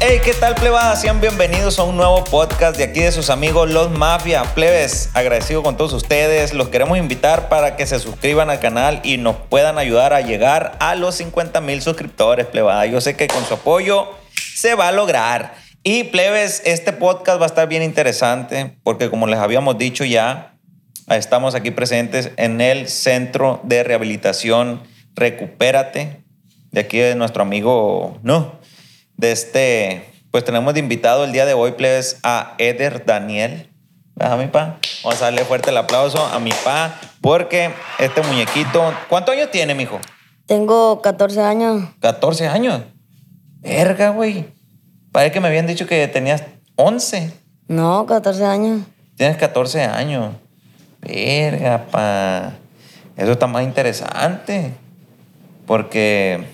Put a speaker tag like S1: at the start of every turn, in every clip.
S1: Hey, ¿qué tal, plebada? Sean bienvenidos a un nuevo podcast de aquí de sus amigos Los Mafia. Plebes, agradecido con todos ustedes. Los queremos invitar para que se suscriban al canal y nos puedan ayudar a llegar a los 50 mil suscriptores, plebada. Yo sé que con su apoyo se va a lograr. Y, plebes, este podcast va a estar bien interesante porque, como les habíamos dicho ya, estamos aquí presentes en el Centro de Rehabilitación Recupérate de aquí de nuestro amigo, ¿no? De este, pues tenemos de invitado el día de hoy, plebes, a Eder Daniel. ¿Ves a mi pa? Vamos a darle fuerte el aplauso a mi pa, porque este muñequito, ¿cuántos años tiene, mijo?
S2: Tengo 14 años.
S1: 14 años. Verga, güey. Parece que me habían dicho que tenías 11.
S2: No, 14 años.
S1: Tienes 14 años. Verga, pa. Eso está más interesante. Porque,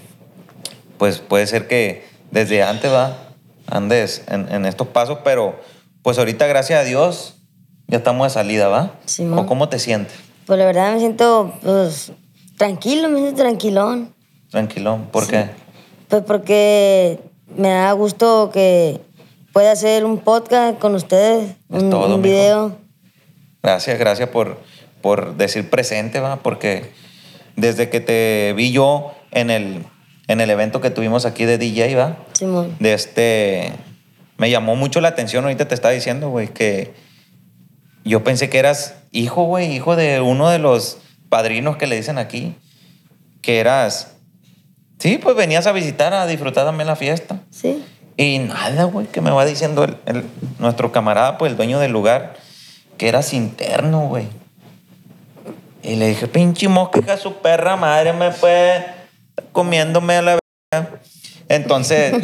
S1: pues puede ser que desde antes, va, andes en, en estos pasos, pero pues ahorita, gracias a Dios, ya estamos de salida, ¿va?
S2: Simón.
S1: ¿O cómo te sientes?
S2: Pues la verdad me siento pues, tranquilo, me siento tranquilón.
S1: Tranquilón. ¿Por qué?
S2: Pues porque me da gusto que pueda hacer un podcast con ustedes,
S1: Es
S2: un,
S1: todo,
S2: un
S1: mijo.
S2: video.
S1: Gracias, gracias por, por decir presente, va, porque desde que te vi yo en el, en el evento que tuvimos aquí de DJ, va,
S2: Simón.
S1: de este me llamó mucho la atención ahorita te estaba diciendo güey que yo pensé que eras hijo güey hijo de uno de los padrinos que le dicen aquí que eras sí pues venías a visitar a disfrutar también la fiesta
S2: ¿Sí?
S1: y nada güey que me va diciendo el- el- nuestro camarada pues el dueño del lugar que eras interno güey y le dije pinche mosca hija de su perra madre me fue comiéndome a la verga entonces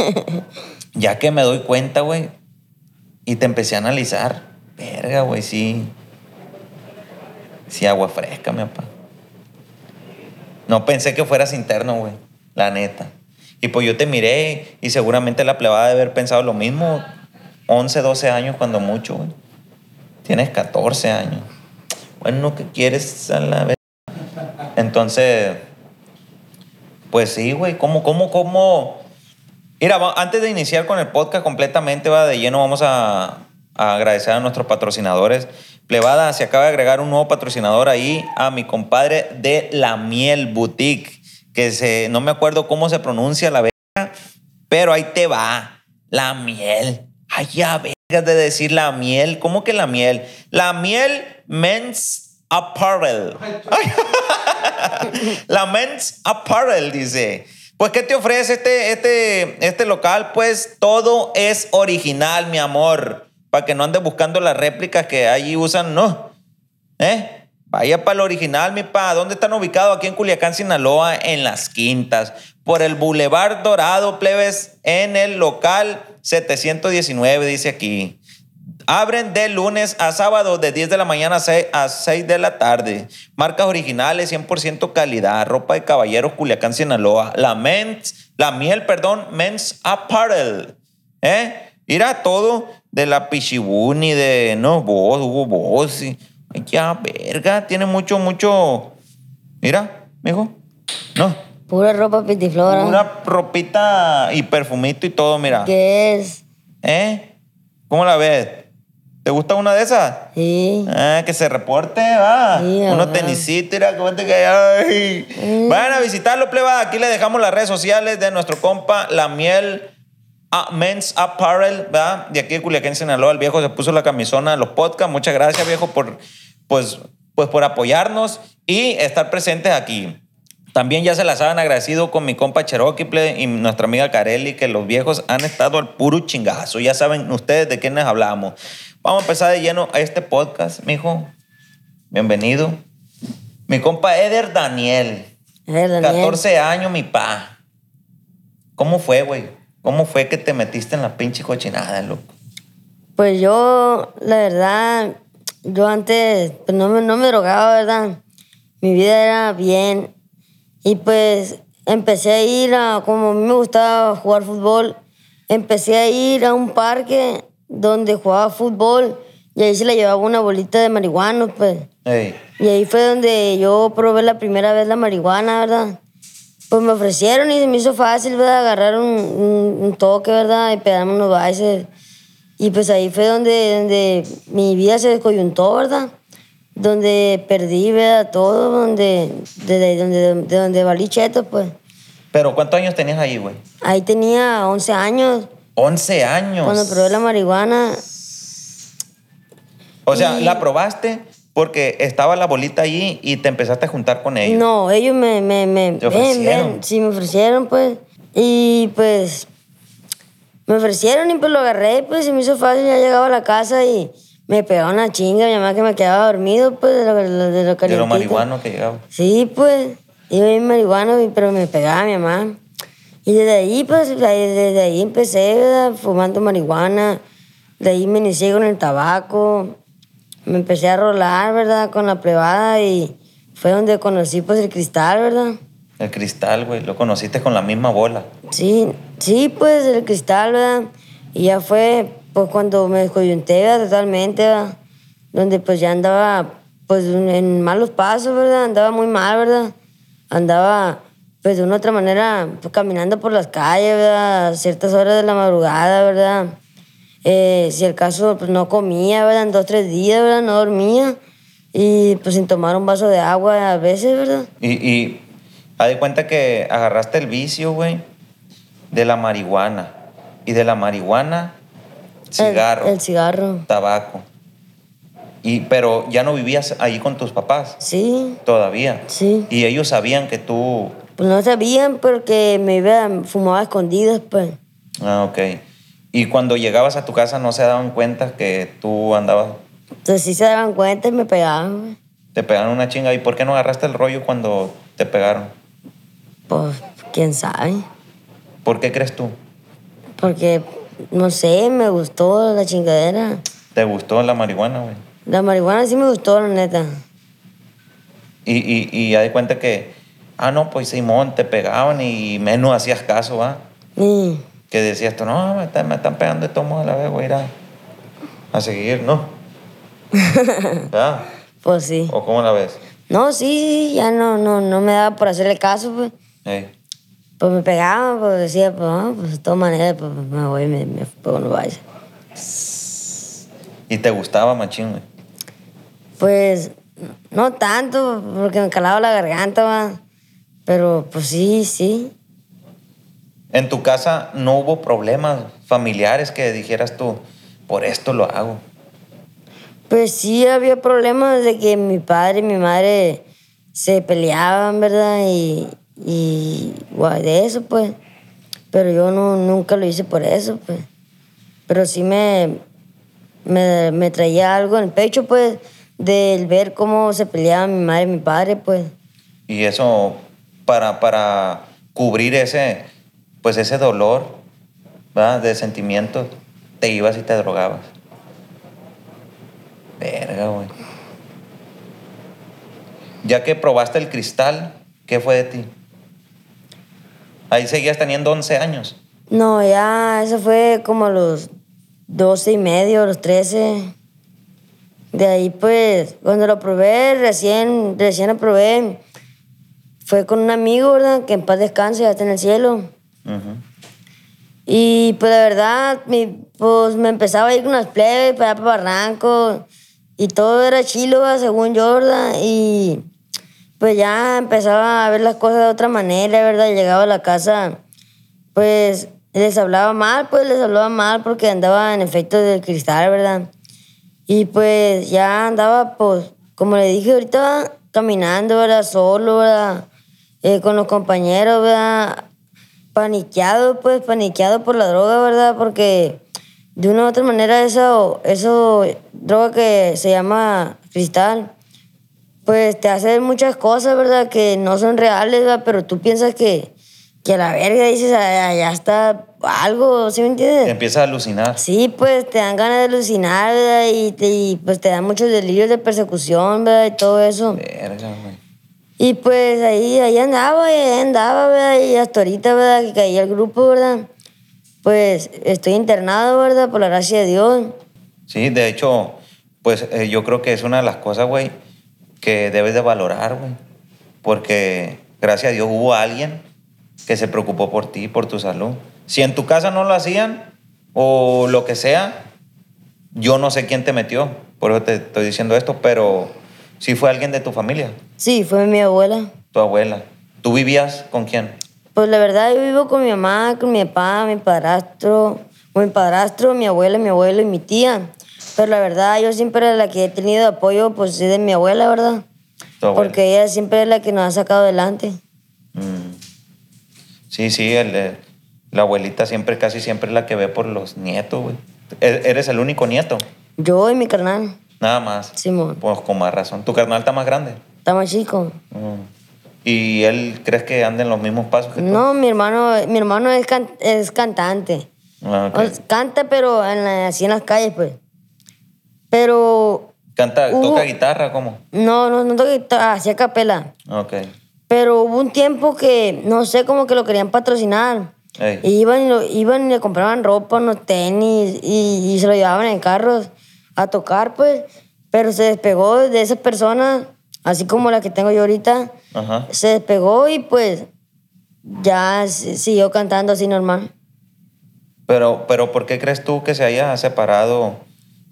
S1: ya que me doy cuenta, güey, y te empecé a analizar, verga, güey, sí. Sí, agua fresca, mi papá. No pensé que fueras interno, güey, la neta. Y pues yo te miré y seguramente la plebada de haber pensado lo mismo 11, 12 años cuando mucho, güey. Tienes 14 años. Bueno, ¿qué quieres a la vez? Entonces, pues sí, güey, ¿cómo, cómo, cómo? Mira, va- antes de iniciar con el podcast completamente, va de lleno, vamos a, a agradecer a nuestros patrocinadores. Plebada, se acaba de agregar un nuevo patrocinador ahí, a mi compadre de La Miel Boutique, que se, no me acuerdo cómo se pronuncia la verga, pero ahí te va, la miel. Ay, ya vergas de decir la miel, ¿cómo que la miel? La miel Men's Apparel. La Men's Apparel dice. Pues, ¿qué te ofrece este, este, este local? Pues todo es original, mi amor. Para que no andes buscando las réplicas que allí usan, no. ¿Eh? Vaya para el original, mi pa. ¿Dónde están ubicados? Aquí en Culiacán, Sinaloa, en las quintas. Por el Boulevard Dorado, plebes, en el local 719, dice aquí. Abren de lunes a sábado de 10 de la mañana a 6, a 6 de la tarde. Marcas originales, 100% calidad. Ropa de caballeros Culiacán, Sinaloa. La men's, la miel, perdón, men's apparel. ¿Eh? Mira todo de la Pichibuni, de no, vos, Hugo Boss. y- Ay, ya, verga, tiene mucho, mucho. Mira, mijo. No,
S2: Pura ropa pitiflora.
S1: una ropita y perfumito y todo, mira.
S2: ¿Qué es?
S1: ¿Eh? ¿Cómo la ves? ¿Te gusta una de esas?
S2: Sí.
S1: Ah, que se reporte, va.
S2: Sí,
S1: Unos
S2: ajá.
S1: tenisitos, mira, cómo te cae. Ay. Vayan a visitarlo, plebada. Aquí les dejamos las redes sociales de nuestro compa, La Miel ah, Men's Apparel, ¿verdad? De aquí de Culiacán, Sinaloa. El viejo se puso la camisona en los podcasts. Muchas gracias, viejo, por, pues, pues, por apoyarnos y estar presentes aquí. También ya se las saben agradecido con mi compa Cherokee ple, y nuestra amiga Carelli, que los viejos han estado al puro chingazo. Ya saben ustedes de quiénes hablamos. Vamos a empezar de lleno a este podcast, mijo. Bienvenido. Mi compa Eder Daniel.
S2: A ver, Daniel.
S1: 14 años, mi pa. ¿Cómo fue, güey? ¿Cómo fue que te metiste en la pinche cochinada, loco?
S2: Pues yo, la verdad, yo antes pues no, me, no me drogaba, ¿verdad? Mi vida era bien. Y pues empecé a ir a, como a mí me gustaba jugar fútbol, empecé a ir a un parque donde jugaba fútbol y ahí se le llevaba una bolita de marihuana, pues.
S1: Ey,
S2: Y ahí fue donde yo probé la primera vez la marihuana, ¿verdad? Pues me ofrecieron y se me hizo fácil, ¿verdad? Agarrar un, un- un toque, ¿verdad? Y pegarme unos bailes. Y pues ahí fue donde, donde mi vida se descoyuntó, ¿verdad? Donde perdí, ¿verdad? Todo, donde, de, de- donde, de donde valí cheto, pues.
S1: Pero ¿cuántos años tenías ahí, güey?
S2: Ahí tenía 11 años
S1: 11 años.
S2: cuando probé la marihuana.
S1: O sea,
S2: Y-
S1: la probaste porque estaba la bolita allí y te empezaste a juntar con ellos.
S2: No, ellos me... me, me
S1: ¿Te
S2: ven,
S1: ofrecieron?
S2: ven. Sí, me ofrecieron, pues. Y pues me ofrecieron y pues lo agarré, pues se me hizo fácil. Ya llegaba a la casa y me pegaba una chinga. Mi mamá que me quedaba dormido, pues, de lo, de lo, de lo
S1: de
S2: calientito.
S1: los marihuanos que llegaba.
S2: Sí, pues. Iba bien marihuana, y- pero me pegaba mi mamá. Y desde ahí, pues, de- desde ahí empecé ¿verdad? fumando marihuana. De ahí me inicié con el tabaco. Me empecé a rolar, ¿verdad? Con la plebada y fue donde conocí, pues, el cristal, ¿verdad?
S1: El cristal, güey. Lo conociste con la misma bola.
S2: Sí, sí, pues, el cristal, ¿verdad? Y ya fue, pues, cuando me descoyunté ¿verdad? totalmente, ¿verdad? Donde, pues, ya andaba, pues, en malos pasos, ¿verdad? Andaba muy mal, ¿verdad? Andaba, pues, de una u otra manera, pues, caminando por las calles, ¿verdad? A ciertas horas de la madrugada, ¿verdad? Eh, si el caso, pues, no comía, ¿verdad? En dos, tres días, ¿verdad? No dormía. Y, pues, sin tomar un vaso de agua a veces, ¿verdad?
S1: Y, y haz de cuenta que agarraste el vicio, güey, de la marihuana. Y de la marihuana,
S2: El-
S1: cigarro,
S2: el cigarro.
S1: tabaco. Y, pero ya no vivías ahí con tus papás
S2: Sí.
S1: todavía.
S2: Sí.
S1: Y ellos sabían que tú...
S2: Pues no sabían porque me iba a fumar a escondidas, pues.
S1: Ah, ok. Y cuando llegabas a tu casa no se daban cuenta que tú andabas...
S2: Entonces sí se daban cuenta y me pegaban, güey.
S1: Te pegaron una chinga. ¿Y por qué no agarraste el rollo cuando te pegaron?
S2: Pues quién sabe.
S1: ¿Por qué crees tú?
S2: Porque, no sé, me gustó la chingadera.
S1: ¿Te gustó la marihuana, güey?
S2: La marihuana sí me gustó, la neta.
S1: Y, y, y ya de cuenta que, ah, no, pues Simón, te pegaban y menos hacías caso, ¿va?
S2: Y,
S1: Que decías tú, no, me están, me están pegando de tomo a la vez, voy a ir a, a seguir, ¿no? ¿Ya?
S2: pues sí.
S1: ¿O cómo la ves?
S2: No, sí, sí, sí, ya no, no, no me daba por hacerle caso, pues.
S1: Ey.
S2: Pues me pegaban, pues decía, pues, ah, pues de todas maneras, pues me voy, me, me pego no vaya.
S1: Y te gustaba, machín, güey.
S2: Pues no tanto, porque me calaba la garganta, va. Pero pues sí, sí.
S1: En tu casa no hubo problemas familiares que dijeras tú, por esto lo hago.
S2: Pues sí, había problemas de que mi padre y mi madre se peleaban, ¿verdad? Y, y guay, de eso, pues. Pero yo no, nunca lo hice por eso, pues. Pero sí me, me, me traía algo en el pecho, pues, del ver cómo se peleaban mi madre y mi padre, pues.
S1: Y eso, para, para cubrir ese, pues ese dolor, ¿verdad? De sentimientos, te ibas y te drogabas. Verga, güey. Ya que probaste el cristal, ¿qué fue de ti? Ahí seguías teniendo 11 años.
S2: No, ya, eso fue como a los 12 y medio, a los 13. De ahí, pues, cuando lo probé, recién, recién lo probé, fue con un amigo, ¿verdad? Que en paz descanse, ya está en el cielo.
S1: Ujú.
S2: Y pues la verdad, mi- pues me empezaba a ir con las plebes para allá para Barranco y todo era chilo, ¿va? según Jordan. Y pues ya empezaba a ver las cosas de otra manera, ¿verdad? Llegaba a la casa, pues les hablaba mal, pues les hablaba mal porque andaba en efecto del cristal, ¿verdad? Y pues ya andaba, pues, como le dije ahorita, caminando, ¿verdad? Solo, ¿verdad? Eh, con los compañeros, ¿verdad? Paniqueado, pues, paniqueado por la droga, ¿verdad? Porque de una u otra manera eso, eso droga que se llama cristal, pues te hace ver muchas cosas, ¿verdad? Que no son reales, ¿verdad? Pero tú piensas que, que a la verga dices, "Ah, allá está algo, ¿sí me entiendes?
S1: Empiezas a alucinar.
S2: Sí, pues te dan ganas de alucinar, ¿verdad? Y, te- y, pues te dan muchos delirios de persecución, ¿verdad? Y todo eso.
S1: Verga, güey.
S2: Y pues ahí, ahí andaba, y ahí andaba, ¿verdad? Y hasta ahorita, ¿verdad? Que caí el grupo, ¿verdad? Pues estoy internado, ¿verdad? Por la gracia de Dios.
S1: Sí, de hecho, pues eh, yo creo que es una de las cosas, güey, que debes de valorar, güey. Porque gracias a Dios hubo alguien que se preocupó por ti, por tu salud. Si en tu casa no lo hacían o lo que sea, yo no sé quién te metió, por eso te estoy diciendo esto, pero sí fue alguien de tu familia,
S2: Sí, fue mi abuela.
S1: tu abuela. ¿Tú vivías con quién?
S2: Pues la verdad, yo vivo con mi mamá, con mi papá, mi padrastro, con mi padrastro, mi abuela, mi abuelo y mi tía. Pero la verdad, yo siempre la que he tenido apoyo, pues es de mi abuela, ¿verdad?
S1: Tu abuela.
S2: Porque ella siempre es la que nos ha sacado adelante.
S1: Mm. Sí, sí, el, eh, la abuelita siempre, casi siempre es la que ve por los nietos, güey. E- Eres el único nieto,
S2: Yo y mi carnal,
S1: nada más.
S2: Simón.
S1: Pues con más razón. Tu carnal está más grande.
S2: Está más chico.
S1: Mm. ¿Y él crees que anda en los mismos pasos que tú?
S2: No, mi hermano, mi hermano es, can- es cantante.
S1: Ah, ok.
S2: O sea, Canta, pero en la- así en las calles, pues. Pero
S1: ¿Canta,
S2: hubo-
S1: toca guitarra? ¿Cómo?
S2: no, no, no toca guitarra, hacía capela.
S1: Ok.
S2: Pero hubo un tiempo que, no sé, como que lo querían patrocinar.
S1: Ey.
S2: Y iban, y lo- iban y le compraban ropa, unos tenis, y, y se lo llevaban en carros a tocar, pues. Pero se despegó de esas personas, así como la que tengo yo ahorita.
S1: Ajá.
S2: Se despegó y pues ya si- siguió cantando así normal.
S1: Pero, pero ¿por qué crees tú que se haya separado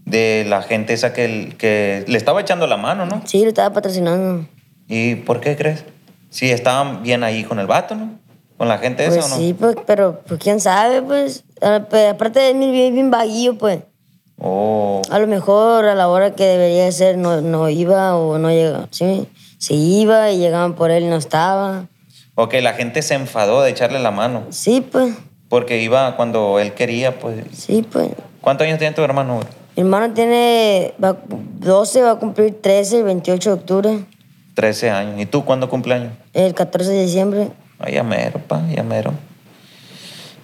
S1: de la gente esa que, el- que le estaba echando la mano, no?
S2: Sí, lo estaba patrocinando.
S1: ¿Y por qué crees? Si estaban bien ahí con el vato, ¿no? ¿Con la gente
S2: Pues
S1: esa o no?
S2: sí, pues, pero pues quién sabe, pues. A- pe- Aparte es bien, bien, bien vaguillo, pues.
S1: Oh,
S2: A lo mejor a la hora que debería ser no, no iba o no llegaba. Sí, se iba y llegaban por él y no estaba.
S1: o que la gente se enfadó de echarle la mano.
S2: Sí, pues.
S1: Porque iba cuando él quería, pues.
S2: Sí, pues.
S1: ¿Cuántos años tiene tu hermano? güey?
S2: Mi hermano tiene va a cu- 12, va a cumplir 13 el 28 de octubre,
S1: 13 años. ¿Y tú cuándo cumpleaños?
S2: el 14 de diciembre.
S1: Ay, ya mero, pa, ya mero.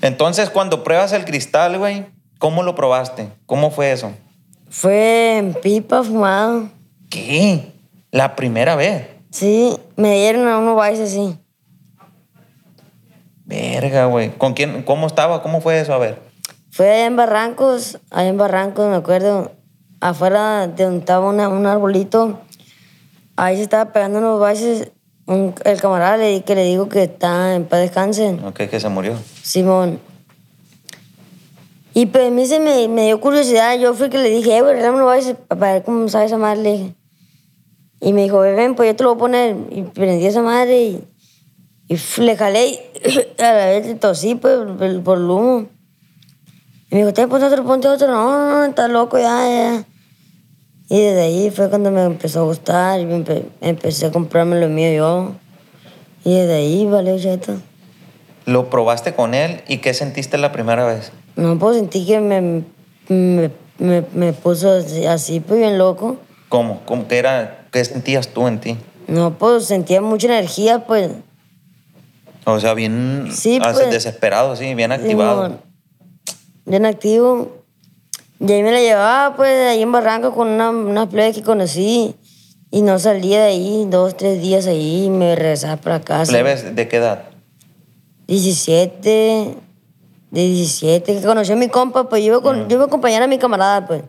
S1: Entonces, cuando pruebas el cristal, güey, ¿cómo lo probaste? ¿Cómo fue eso?
S2: Fue en pipa, fumado.
S1: ¿Qué? La primera vez.
S2: Sí, me dieron a unos baile así.
S1: Verga, güey. ¿Con quién? ¿Cómo estaba? ¿Cómo fue eso? A ver.
S2: Fue allá en Barrancos, allá en Barrancos, me acuerdo, afuera de donde estaba una- un arbolito, ahí se estaba pegando unos baches. un- el camarada le, di- que le digo que está en paz descanse,
S1: Ok, que se murió.
S2: Simón. Y pues a mí se me, me dio curiosidad, yo fui que le dije, eh, güey, regálame unos baches para ver cómo sabes esa madre, le dije. Y me dijo, ven, pues yo te lo voy a poner. Y prendí esa madre y, y f- le jalé y a la vez tosí pues, por, por el humo. Y me dijo, te ponte otro, ponte otro. No, no, no, estás loco, ya, ya. Y desde ahí fue cuando me empezó a gustar y me empe- empecé a comprarme lo mío yo. Y desde ahí valió cheto.
S1: ¿Lo probaste con él y qué sentiste la primera vez?
S2: No, pues sentí que me, me, me, me puso así, así, pues bien loco.
S1: ¿Cómo? ¿Cómo qué, era, ¿Qué sentías tú en ti?
S2: No, pues sentía mucha energía, pues.
S1: O sea, bien
S2: Sí,
S1: ah,
S2: pues.
S1: desesperado, sí, bien activado.
S2: Simón. Bien activo. Y ahí me la llevaba, pues, ahí en Barranco con una, unas plebes que conocí. Y no salía de ahí dos, tres días ahí y me regresaba para casa.
S1: ¿Plebes de qué edad?
S2: 17, 17, que conocí a mi compa, pues yo iba, con, yo iba a acompañar a mi camarada, pues.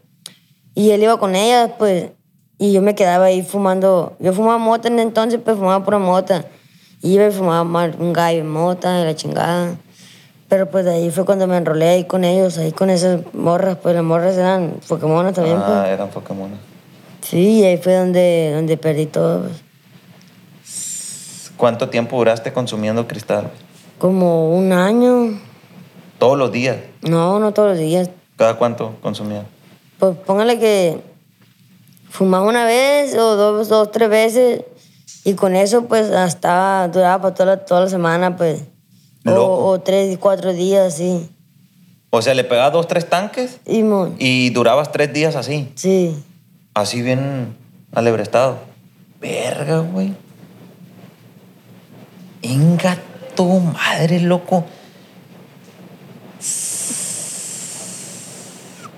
S2: Y él iba con ella, pues. Y yo me quedaba ahí fumando. Yo fumaba mota en entonces, pues fumaba pura mota. Y iba y fumaba mal- un gallo de mota, y la chingada. Pero pues de ahí fue cuando me enrolé ahí con ellos, ahí con esas morras, pues las morras eran Pokémon también,
S1: ah, eran Pokémon.
S2: pues. Sí, y ahí fue donde, donde perdí todo, pues.
S1: ¿Cuánto tiempo duraste consumiendo cristal?
S2: Como un año.
S1: Todos los días.
S2: No, no todos los días,
S1: ¿Cada cuánto consumías?
S2: Pues póngale que fumas una vez o dos, dos, tres veces y con eso pues hasta duraba para toda la, toda la semana pues. O,
S1: Loco.
S2: o tres, cuatro días así.
S1: O sea, le pegabas dos, tres tanques
S2: Y mon,
S1: y durabas tres días así.
S2: sí.
S1: Así bien alebrestado. Verga, güey. Inga tu madre, loco.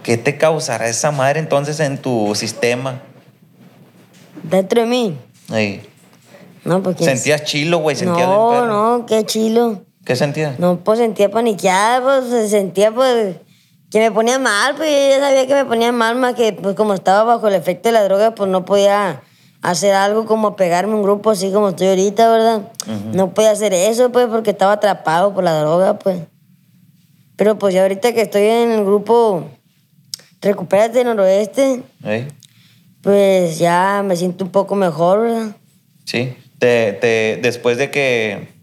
S1: ¿Qué te causará esa madre entonces en tu sistema?
S2: Dentro de mí.
S1: Ey,
S2: No, pues ¿quién
S1: ¿Sentías chilo, güey?
S2: No,
S1: ¿Sentías bien perro?
S2: no, qué chilo.
S1: ¿Qué sentías?
S2: No, pues sentía paniqueada, pues se sentía pues que me ponía mal, pues yo ya sabía que me ponía mal, más que pues como estaba bajo el efecto de la droga, pues no podía hacer algo como pegarme un grupo así como estoy ahorita, ¿verdad? No podía hacer eso, pues, porque estaba atrapado por la droga, pues. Pero pues ya ahorita que estoy en el grupo Recupérate Noroeste,
S1: ¿eh?
S2: pues ya me siento un poco mejor, ¿verdad?
S1: Sí. Te, te- después de que...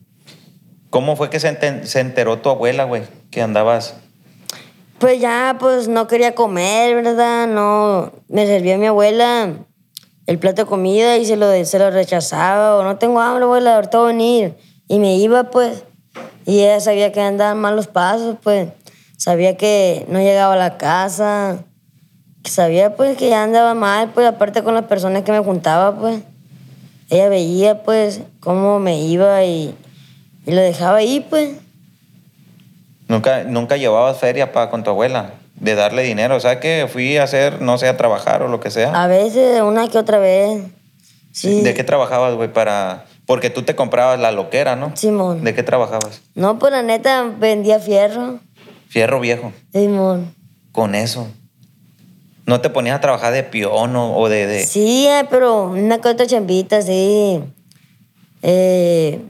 S1: ¿Cómo fue que se, enten- se enteró tu abuela, güey? Que andabas...
S2: Pues ya, pues no quería comer, ¿verdad? No, me servía mi abuela el plato de comida y se lo, se lo rechazaba. O no tengo hambre, abuela, ahorita voy a venir. Y me iba, pues. Y ella sabía que andaban mal los pasos, pues. Sabía que no llegaba a la casa. Que sabía, pues, que ya andaba mal, pues, aparte con las personas que me juntaba, pues. Ella veía, pues, cómo me iba y, y lo dejaba ahí, pues.
S1: Nunca, nunca llevabas feria para con tu abuela de darle dinero. O sea, que fui a hacer, no sé, a trabajar o lo que sea.
S2: A veces, una que otra vez. Ah, Sí.
S1: ¿De qué trabajabas, güey? Para... Porque tú te comprabas la loquera, ¿no?
S2: Simón.
S1: ¿De qué trabajabas?
S2: No, pues la neta vendía fierro.
S1: Fierro viejo.
S2: Simón.
S1: Con eso. ¿No te ponías a trabajar de peón o, o de, de-
S2: Sí, eh, pero una que otra chambita, sí. Eh,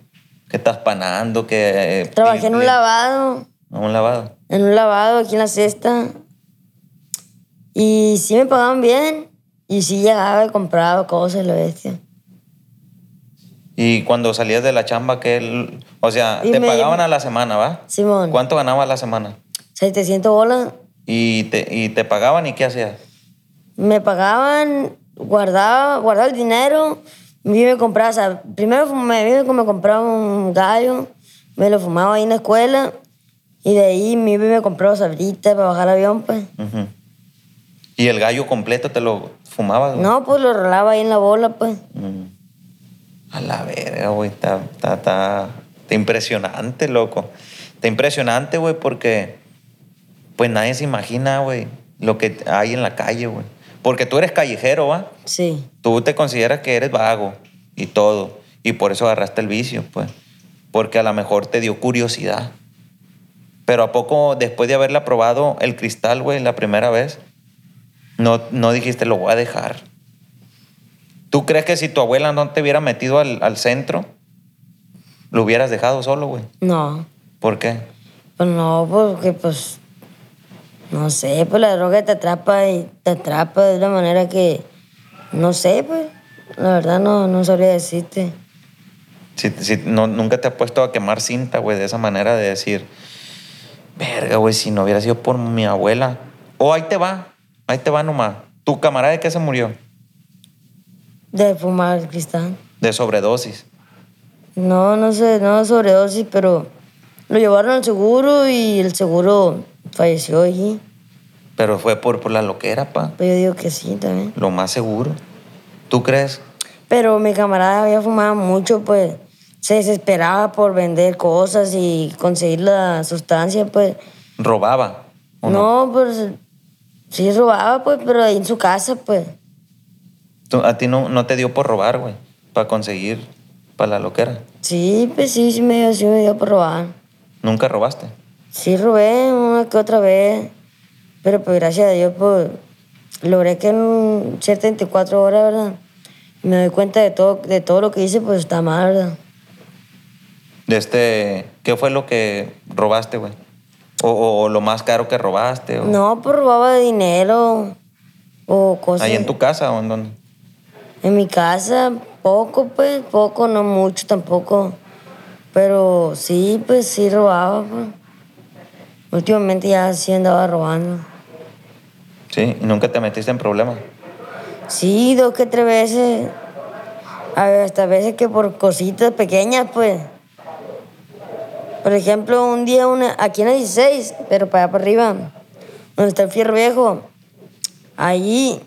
S1: que estás panando, que... eh,
S2: trabajé en un
S1: le-
S2: lavado,
S1: en un lavado.
S2: en un lavado aquí en la cesta. Y sí me pagaban bien. Y sí llegaba y compraba cosas, la bestia.
S1: Y cuando salías de la chamba, que... el- o sea,
S2: Y
S1: te
S2: me-
S1: pagaban a la semana, ¿va?
S2: Simón.
S1: ¿Cuánto ganabas a la semana?
S2: 700 bolas.
S1: Y te, y te pagaban y qué hacías.
S2: Me pagaban, guardaba, guardaba el dinero, me iba y me compraba, o sea, primero fu- me iba y me compraba un gallo, me lo fumaba ahí en la escuela, y de ahí me iba y me compraba sabritas para bajar el avión, pues.
S1: Ujú. Y el gallo completo te lo fumabas, güey.
S2: No, pues lo rolaba ahí en la bola, pues.
S1: Mm. A la verga, güey. Está, está, está- está impresionante, loco. Está impresionante, güey, porque pues nadie se imagina, güey, lo que hay en la calle, güey. Porque tú eres callejero, ¿va?
S2: Sí,
S1: Tú te consideras que eres vago y todo. Y por eso agarraste el vicio, pues. Porque a lo mejor te dio curiosidad. Pero a poco, después de haberla probado el cristal, güey, la primera vez, no, no dijiste, lo voy a dejar. ¿Tú crees que si tu abuela no te hubiera metido al, al centro, lo hubieras dejado solo, güey?
S2: no,
S1: ¿Por qué?
S2: pues no, porque pues, no sé, pues la droga te atrapa y te atrapa de una manera que, no sé, pues, la verdad no, no sabría decirte.
S1: Si, si no, nunca te has puesto a quemar cinta, güey, de esa manera de decir, verga, güey, si no hubiera sido por mi abuela. O ahí te va, ahí te va nomás. ¿Tu camarada de qué se murió?
S2: De fumar el cristal.
S1: De sobredosis.
S2: No, no sé, no sobredosis, pero lo llevaron al seguro y el seguro falleció allí.
S1: Pero fue por, por la loquera, pa.
S2: Pues yo digo que sí también.
S1: Lo más seguro. ¿Tú crees?
S2: Pero mi camarada había fumado mucho, pues se desesperaba por vender cosas y conseguir la sustancia, pues.
S1: ¿Robaba? ¿o no?
S2: No, pues sí robaba, pues, pero ahí en su casa, pues.
S1: Tú- A ti no, no te dio por robar, güey, para conseguir, para la loquera.
S2: Sí, pues sí, sí me dio, sí me dio por robar.
S1: Nunca robaste.
S2: Sí robé una que otra vez, pero pues gracias a Dios pues logré que en 74 horas, ¿verdad? Me doy cuenta de todo, de todo lo que hice, pues está mal, ¿verdad?
S1: De este, ¿Qué fue lo que robaste, güey? O, o- o lo más caro que robaste. O...
S2: No, pues robaba dinero o cosas.
S1: ¿Ahí en tu casa o en dónde?
S2: En mi casa, poco, pues, poco, no mucho tampoco. Pero sí, pues sí robaba, pues. Últimamente ya sí andaba robando.
S1: Sí, y nunca te metiste en problemas.
S2: Sí, dos que tres veces. A ver, hasta veces que por cositas pequeñas, pues. Por ejemplo, un día una, aquí en la 16, pero para allá para arriba, donde está el fierro viejo, allí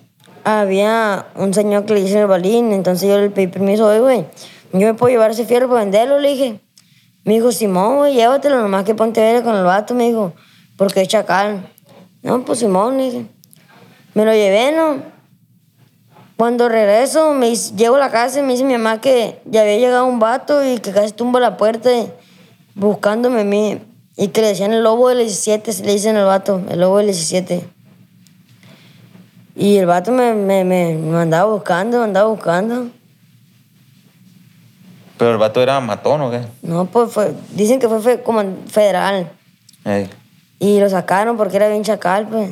S2: había un señor que le hizo el balín, entonces yo le pedí permiso, oye, güey, yo me puedo llevar ese fierro para venderlo, le dije. Me dijo, Simón, güey, llévatelo, nomás que ponte ver con el vato, me dijo, porque es chacal. No, pues Simón, le dije. Me lo llevé, ¿no? Cuando regreso, me dice- llego a la casa y me dice mi mamá que ya había llegado un vato y que casi tumba la puerta y- buscándome a mí. Y que le decían el lobo del 17, le dicen al vato, el lobo del 17. Y el vato me, me, me, me andaba buscando, me andaba buscando.
S1: Pero el vato era matón o qué?
S2: No, pues fue, dicen que fue, fe- como en federal.
S1: Ey.
S2: Y lo sacaron porque era bien chacal, pues.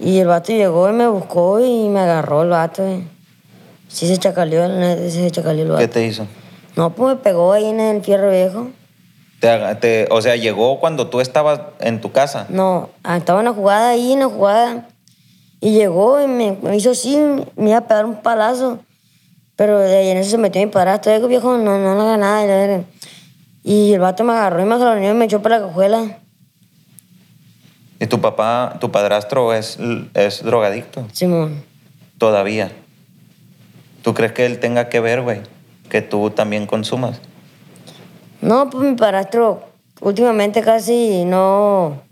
S2: Y el vato llegó y me buscó y me agarró el vato. eh. Sí se chacaleó, la neta, sí se chacaleó el
S1: ¿Qué
S2: vato.
S1: te hizo?
S2: No, pues me pegó ahí en el fierro viejo.
S1: Te aga- te- o sea, llegó cuando tú estabas en tu casa.
S2: No, ah, estaba en la jugada ahí, en la jugada. Y llegó y me, me hizo así, me iba a pegar un palazo. Pero de ahí en eso se metió mi padrastro. Digo, viejo, no, no le haga nada. Y, la verga. y el vato me agarró y me jalonó y me echó para la cojuela.
S1: Y tu papá, tu padrastro es, es drogadicto
S2: Simón.
S1: todavía. ¿Tú crees que él tenga que ver, güey? Que tú también consumas.
S2: No, pues mi padrastro últimamente casi no...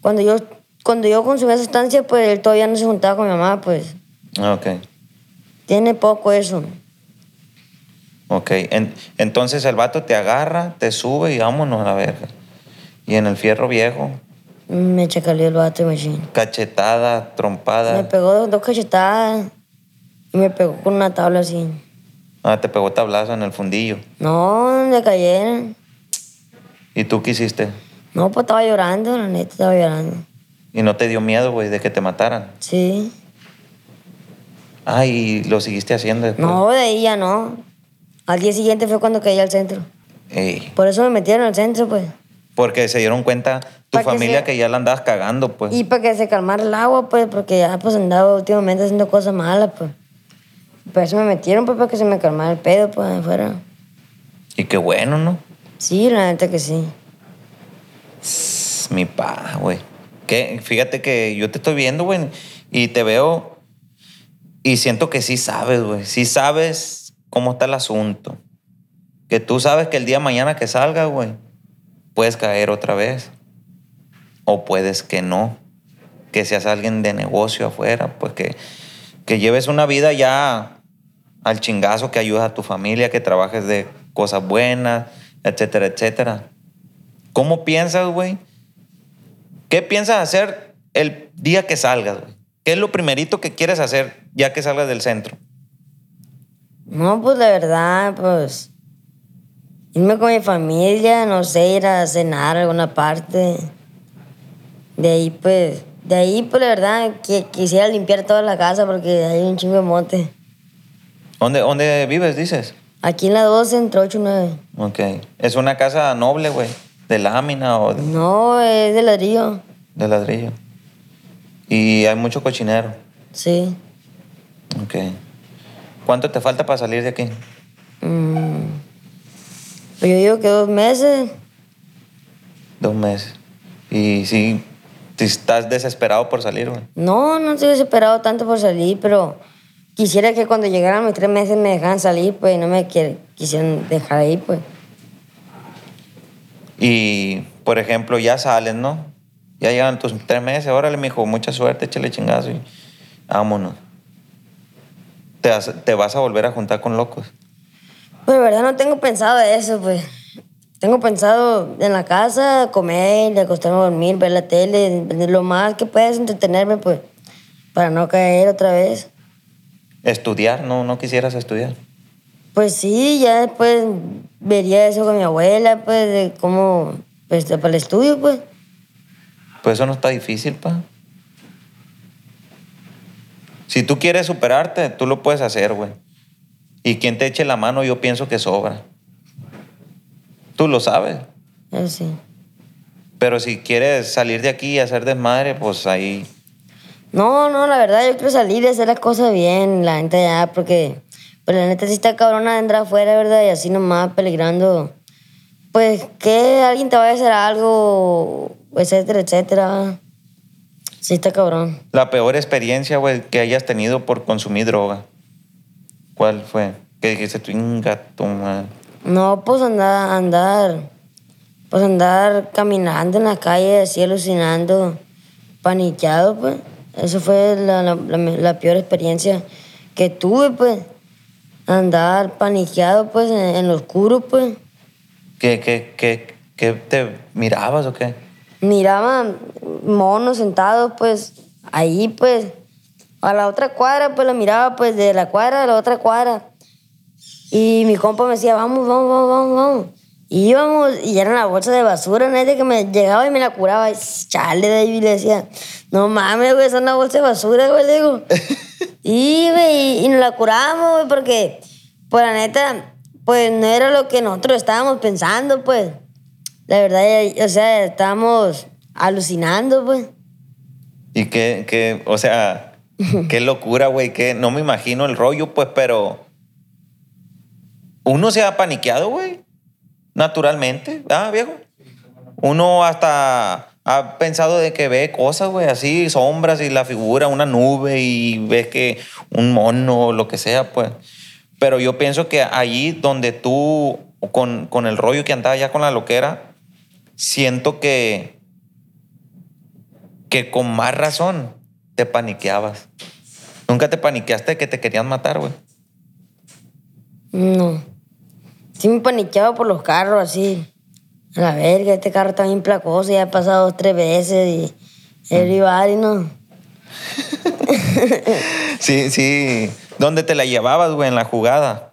S2: Cuando yo, cuando yo consumía sustancias, pues él todavía no se juntaba con mi mamá, pues.
S1: Ah, Ok.
S2: Tiene poco eso.
S1: Ok, en- entonces el vato te agarra, te sube y vámonos a la verga. Y en el fierro viejo,
S2: Me chacaleó el vato, imagínate.
S1: cachetada,
S2: Me
S1: trompada.
S2: pegó dos, dos cachetadas y me pegó con una tabla así.
S1: Ah, te pegó tablazo en el fundillo.
S2: No, le cayeron.
S1: ¿Y tú qué hiciste?
S2: No, pues estaba llorando, la neta estaba llorando.
S1: Y no te dio miedo, güey, de que te mataran.
S2: Sí.
S1: Ah, y lo seguiste haciendo después.
S2: No, de ahí ya no. Al día siguiente fue cuando caí al centro.
S1: Ey,
S2: Por eso me metieron al centro, pues.
S1: porque se dieron cuenta tu
S2: Pa' que
S1: familia
S2: se-
S1: que ya la andabas cagando, pues.
S2: Y para que se calmara el agua, pues, porque ya pues andaba últimamente haciendo cosas malas, pues. Por eso me metieron, pues, para que se me calmara el pedo, pues, afuera.
S1: Y qué bueno, ¿no?
S2: Sí, la neta que sí.
S1: Tss, Mi pa, güey. ¿Qué? Fíjate que yo te estoy viendo, güey, y te veo y siento que sí sabes, güey. Sí sabes cómo está el asunto. Que tú sabes que el día de mañana que salga, güey, puedes caer otra vez. O puedes que no. Que seas alguien de negocio afuera, pues que, que lleves una vida ya al chingazo, que ayudas a tu familia, que trabajes de cosas buenas, etcétera, etcétera. ¿Cómo piensas, güey? ¿Qué piensas hacer el día que salgas, güey? ¿Qué es lo primerito que quieres hacer ya que salgas del centro?
S2: No, pues la verdad, pues. Irme con mi familia, no sé, ir a cenar a alguna parte. De ahí, pues. De ahí, pues la verdad, que quisiera limpiar toda la casa porque hay un chingo de mote.
S1: ¿Dónde, dónde vives, dices?
S2: Aquí en la 12, entre 8 y 9.
S1: Ok. ¿Es una casa noble, güey? ¿De lámina o de,
S2: No, es de ladrillo.
S1: de ladrillo? Y hay mucho cochinero.
S2: Sí.
S1: Ok. ¿Cuánto te falta para salir de aquí?
S2: Mm. Pues yo digo que dos meses.
S1: Dos meses. Y sí, te estás desesperado por salir, güey.
S2: No, no estoy desesperado tanto por salir, pero quisiera que cuando llegaran mis tres meses me dejaran salir, pues, y no me quier- quisieran dejar ahí, pues.
S1: Y, por ejemplo, ya sales, ¿no? Ya llegan tus tres meses, órale, mijo, mucha suerte, échale chingazo y vámonos. Te, vas- te vas a volver a juntar con locos.
S2: Pues la verdad no tengo pensado eso, pues. Tengo pensado en la casa, comer, acostarme a dormir, ver la tele, lo más que puedas entretenerme, pues, para no caer otra vez.
S1: Estudiar, no, no quisieras estudiar.
S2: Pues sí, ya después vería eso con mi abuela, pues, de cómo, pues, para el estudio, pues.
S1: Pues eso no está difícil, pa. Si tú quieres superarte, tú lo puedes hacer, güey. Y quien te eche la mano, yo pienso que sobra. Tú lo sabes.
S2: Eso sí.
S1: Pero si quieres salir de aquí y hacer desmadre, pues ahí
S2: No, no, la verdad, yo quiero salir y hacer las cosas bien, la neta ya, porque, pues, la neta sí está cabrona de entrar afuera, ¿verdad? Y así nomás peligrando. Pues que alguien te vaya a hacer algo, etcétera, etcétera. Sí está cabrón.
S1: La peor experiencia, güey, que hayas tenido por consumir droga. ¿Cuál fue? Que dijiste, tú, "Inga tu madre".
S2: No, pues andar, andar, pues andar caminando en la calle así alucinando, paniqueado, pues. Eso fue la, la- la me- la peor experiencia que tuve, pues. Andar paniqueado, pues, en, en lo oscuro, pues.
S1: ¿Qué, qué, qué, qué te mirabas o qué?
S2: Miraba monos sentados, pues, ahí, pues. A la otra cuadra, pues, la miraba, pues, de la cuadra a la otra cuadra. Y mi compa me decía, vamos, vamos, vamos, vamos, vamos. Y íbamos, y era una bolsa de basura, neta, que me llegaba y me la curaba. Y, chale, David, le decía, no mames, güey, es una bolsa de basura, güey, le digo. y, güey, y, y nos la curamos, güey, porque, pues, la neta, pues, no era lo que nosotros estábamos pensando, pues. La verdad, o sea, estábamos alucinando, pues.
S1: Y que, que o sea, qué locura, güey, que no me imagino el rollo, pues, pero uno se ha paniqueado, güey, naturalmente, ¿ah, viejo? Uno hasta ha pensado de que ve cosas, güey, así, sombras y la figura, una nube y ves que un mono o lo que sea, pues. Pero yo pienso que allí donde tú, con, con el rollo que andaba ya con la loquera, siento que, que con más razón te paniqueabas. Nunca te paniqueaste de que te querían matar, güey.
S2: No. Sí me paniqueaba por los carros, así. A la verga, este carro está bien placoso, ya ha pasado dos, tres veces y everybody, ¿no?
S1: Sí, sí. ¿Dónde te la llevabas, güey, en la jugada?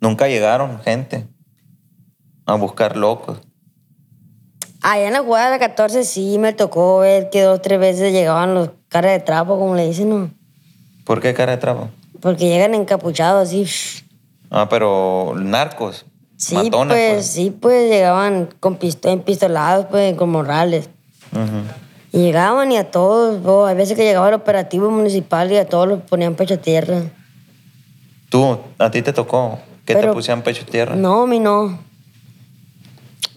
S1: Nunca llegaron gente a buscar locos.
S2: Allá en la jugada de la 14 sí me tocó ver que dos, tres veces llegaban los caras de trapo, como le dicen, ¿no?
S1: ¿Por qué cara de trapo?
S2: Porque llegan encapuchados así.
S1: Ah, pero narcos.
S2: Sí,
S1: matones,
S2: pues, sí, pues llegaban con pisto empistolados, pues, con morrales. pues.
S1: Ujú.
S2: Y llegaban y a todos, bo, hay veces que llegaba el operativo municipal y a todos los ponían pecho a tierra.
S1: Tú, a ti te tocó que te
S2: Pero-
S1: pusieran pecho a tierra.
S2: No, a mí no.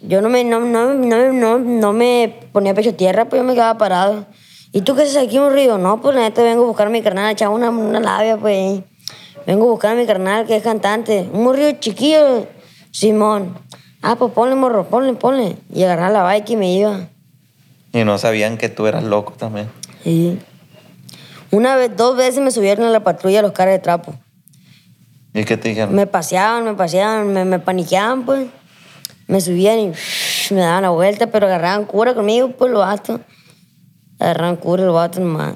S2: Yo no me, no, no, no, no, no me ponía pecho a tierra, pues yo me quedaba parado. ¿Y tú qué haces aquí en un río? No, pues la neta vengo a buscar a mi carnal, echaba una, una labia, pues. Vengo a buscar a mi carnal que es cantante. Un río chiquillo, Simón. Ah, pues ponle, morro, ponle, ponle. Y agarraba la bike y me iba.
S1: Y no sabían que tú eras loco también.
S2: Y una vez, dos veces me subieron a la patrulla los caras de trapo.
S1: ¿Y qué te dijeron?
S2: Me paseaban, me paseaban, me, me paniqueaban, pues. Me subían y me daban la vuelta, pero agarraban cura conmigo, pues, los vatos. Agarraban cura los vatos nomás.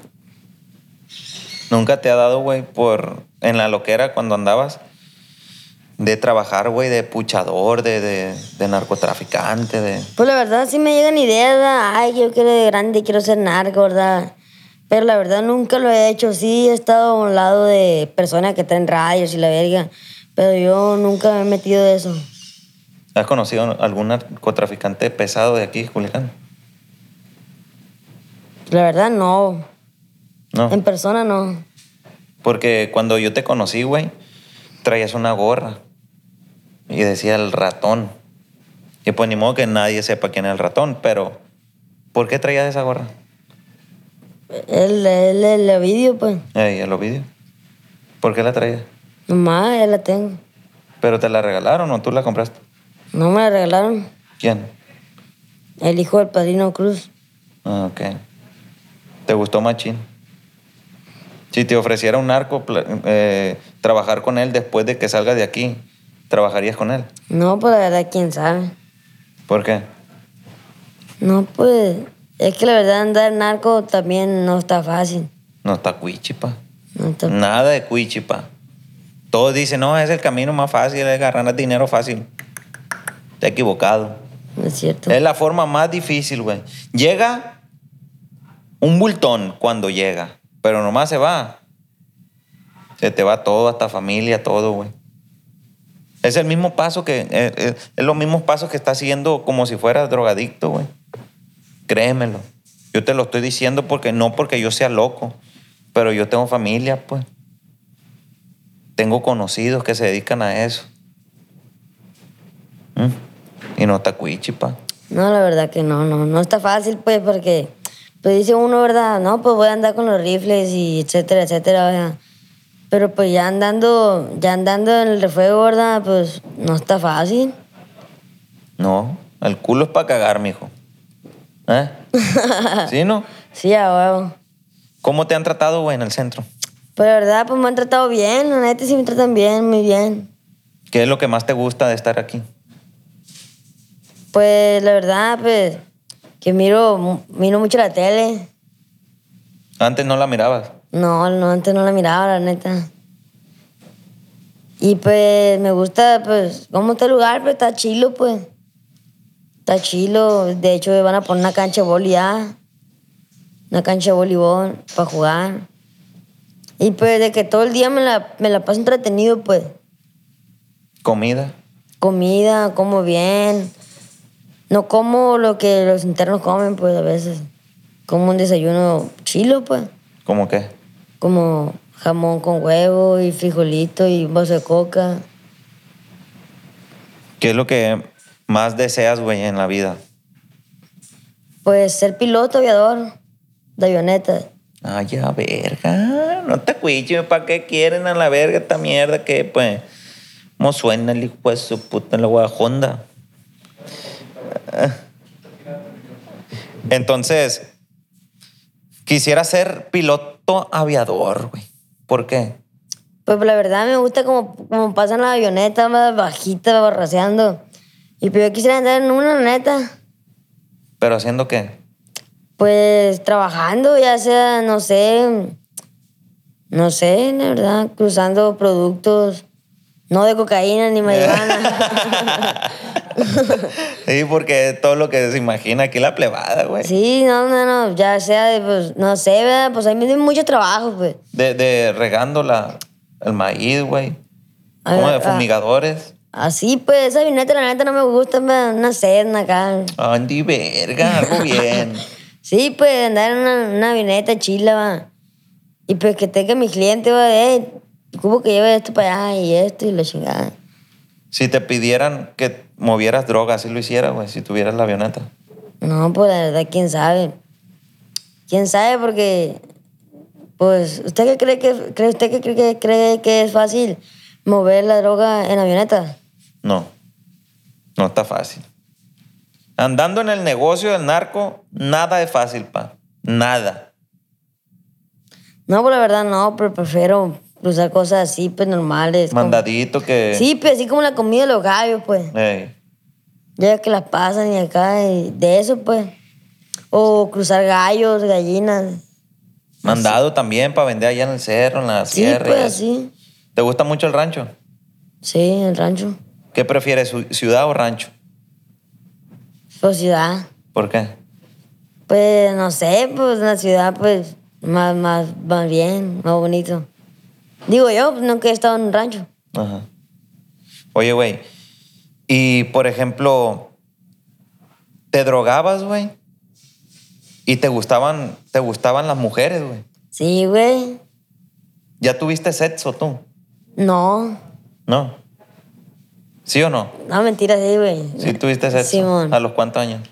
S1: ¿Nunca te ha dado, güey, por en la loquera cuando andabas de trabajar, güey, de puchador, de, de, de narcotraficante, de...
S2: Pues la verdad sí me llegan ideas, ¿verdad? ay, yo quiero de grande, quiero ser narco, ¿verdad? Pero la verdad nunca lo he hecho. Sí he estado a un lado de personas que traen rayos y la verga, pero yo nunca me he metido de eso.
S1: ¿Has conocido algún narcotraficante pesado de aquí, Julián?
S2: La verdad no,
S1: No.
S2: en persona no.
S1: Porque cuando yo te conocí, güey, traías una gorra y decía el ratón. Y pues ni modo que nadie sepa quién es el ratón, pero ¿por qué traías esa gorra?
S2: El, el, el Ovidio, pues,
S1: Ey, el Ovidio. ¿Por qué la traías?
S2: nomás ya la tengo.
S1: ¿Pero te la regalaron o tú la compraste?
S2: No me la regalaron.
S1: ¿Quién?
S2: El hijo del padrino Cruz.
S1: Ah, ok. ¿Te gustó Machín? Si te ofreciera un narco, pla- eh, trabajar con él después de que salga de aquí, ¿trabajarías con él?
S2: No, pues la verdad, quién sabe.
S1: ¿Por qué?
S2: No, pues. Es que la verdad, andar narco también no está fácil.
S1: No está cuichipa.
S2: No está-
S1: Nada de cuichipa. Todos dicen, no, es el camino más fácil, es ganar dinero fácil. Te equivocado.
S2: no es cierto.
S1: Es la forma más difícil, güey. Llega un bultón cuando llega, pero nomás se va. Se te va todo, hasta familia, todo, güey. Es el mismo paso que. eh, eh, es los mismos pasos que estás siguiendo como si fueras drogadicto, güey. Créemelo. Yo te lo estoy diciendo porque no porque yo sea loco, pero yo tengo familia, pues. Tengo conocidos que se dedican a eso. ¿Mm? Y no está cuichipa.
S2: No, la verdad que no, no. No está fácil, pues, porque. Pues dice uno, ¿verdad? No, pues voy a andar con los rifles y etcétera, etcétera, ¿verdad? Pero pues ya andando, ya andando en el refuego, ¿verdad? Pues no está fácil.
S1: No, el culo es para cagar, mijo. ¿Eh? ¿Sí, no?
S2: Sí, a huevo.
S1: ¿Cómo te han tratado, güey, en el centro?
S2: Pero la verdad, pues me han tratado bien. La neta sí me tratan bien, muy bien.
S1: ¿Qué es lo que más te gusta de estar aquí?
S2: Pues la verdad, pues que miro, mu- miro mucho la tele.
S1: Antes no la mirabas.
S2: No, no, antes no la miraba, la neta. Y pues me gusta, pues, cómo este lugar, pues está chilo, pues. Está chilo. De hecho, van a poner una cancha de boli ya. Una cancha de voleibol para jugar. Y pues de que todo el día me la, me la paso entretenido, pues.
S1: Comida.
S2: Comida, como bien. No como lo que los internos comen, pues a veces. Como un desayuno chilo, pues.
S1: ¿Cómo qué?
S2: Como jamón con huevo y frijolito y un vaso de coca.
S1: ¿Qué es lo que más deseas, güey, en la vida?
S2: Pues ser piloto aviador de avioneta.
S1: Ay, ya, verga. No te cuiches, ¿para qué quieren a la verga esta mierda que, pues, cómo suena el hijo de su puta en la hueá Honda? Entonces, quisiera ser piloto aviador, güey. ¿Por qué?
S2: Pues la verdad me gusta como, como pasan las avionetas más bajitas, barraseando. Y pues yo quisiera andar en una, la neta.
S1: ¿Pero haciendo qué?
S2: Pues trabajando, ya sea, no sé, no sé, la verdad, cruzando productos, no de cocaína ni marihuana.
S1: Sí, porque es todo lo que se imagina aquí la plebada, güey.
S2: sí, no, no, no, ya sea, de, pues, no sé, ¿verdad? pues ahí me dio mucho trabajo, pues.
S1: De, de regando la, el maíz, güey.
S2: A
S1: Como
S2: ver,
S1: de
S2: ah.
S1: fumigadores.
S2: Así, pues, esa avioneta, la neta, no me gusta, me una sedna acá.
S1: Andy, verga, algo bien.
S2: Sí, pues, andar en una, una avioneta chila, va. Y pues que tenga mi cliente, va, eh, ¿cómo que lleve esto para allá y esto y la chingada?
S1: Si te pidieran que movieras droga, así lo hicieras, güey, si tuvieras la avioneta.
S2: No, pues la verdad, quién sabe. Quién sabe, porque. Pues, ¿usted qué cree que, cree, usted qué cree, que cree que es fácil mover la droga en avioneta?
S1: No, no está fácil. Andando en el negocio del narco, nada es fácil, pa. Nada.
S2: No, pues la verdad no, pero prefiero usar cosas así, pues normales. como-
S1: Mandadito que...
S2: Sí, pues así como la comida de los gallos, pues.
S1: Ey.
S2: Ya que las pasan y acá, y de eso, pues. O cruzar gallos, gallinas. pues,
S1: Mandado también para vender allá en el cerro, en la
S2: Sí,
S1: sierra. y
S2: pues
S1: eso.
S2: así.
S1: ¿Te gusta mucho el rancho?
S2: Sí, en el rancho.
S1: ¿Qué prefieres, su- ciudad o rancho?
S2: Pues ciudad.
S1: ¿Por qué?
S2: Pues no sé, pues una ciudad pues más, más, más bien, más bonito. Digo yo, pues, nunca he estado en un rancho.
S1: Ajá. Oye, güey. Y, por ejemplo, ¿te drogabas, güey? Y te gustaban, te gustaban las mujeres, güey.
S2: Sí, güey.
S1: ¿Ya tuviste sexo tú?
S2: No.
S1: ¿No? ¿Sí o no?
S2: No, mentira, sí, güey.
S1: ¿Sí tuviste sexo?
S2: Simón.
S1: ¿A los cuántos años?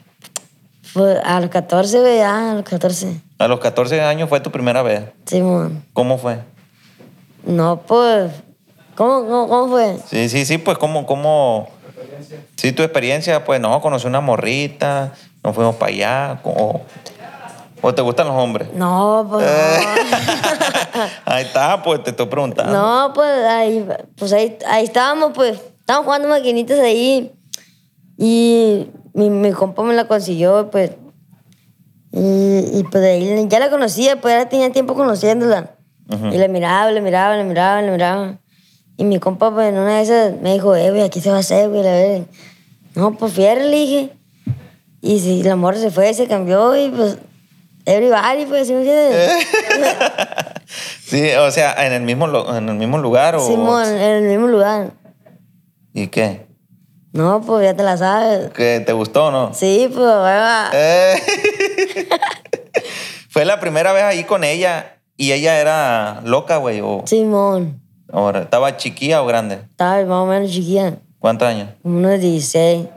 S2: Pues, a los 14, güey, ya, a los 14.
S1: A los 14 años fue tu primera vez.
S2: Simón.
S1: ¿Cómo fue?
S2: No, pues. ¿Cómo, cómo, cómo fue?
S1: Sí, sí, sí, pues cómo, cómo... Sí, tu experiencia, pues no, conocí una morrita, nos fuimos para allá, o, o te gustan los hombres.
S2: No, pues.
S1: Ahí está, pues te estoy preguntando.
S2: No, no, pues ahí, pues ahí, ahí estábamos, pues. Estábamos jugando maquinitas ahí. Y mi, mi compa me la consiguió, pues. Y, y pues de ahí ya la conocía, pues ya tenía tiempo conociéndola. Y la miraba, la miraba, la miraba, la miraba. Y mi compa, pues en una de esas me dijo, eh, güey, aquí se va a hacer, güey, la verga. No, pues fierre, le dije. Y si la morra se fue, se cambió y pues. Everybody, pues, ¿sí me entiendes?
S1: Sí, o sea, en el mismo, lo- en el mismo lugar o...
S2: Simón, en el mismo lugar.
S1: ¿Y qué?
S2: No, pues ya te la sabes.
S1: ¿Qué, ¿Te gustó o no?
S2: Sí, pues va.
S1: Eh. Fue la primera vez ahí con ella y ella era loca, güey, o,
S2: Simón.
S1: o era- estaba chiquilla o grande.
S2: Estaba más o menos chiquilla.
S1: ¿Cuántos años?
S2: Como unos 16,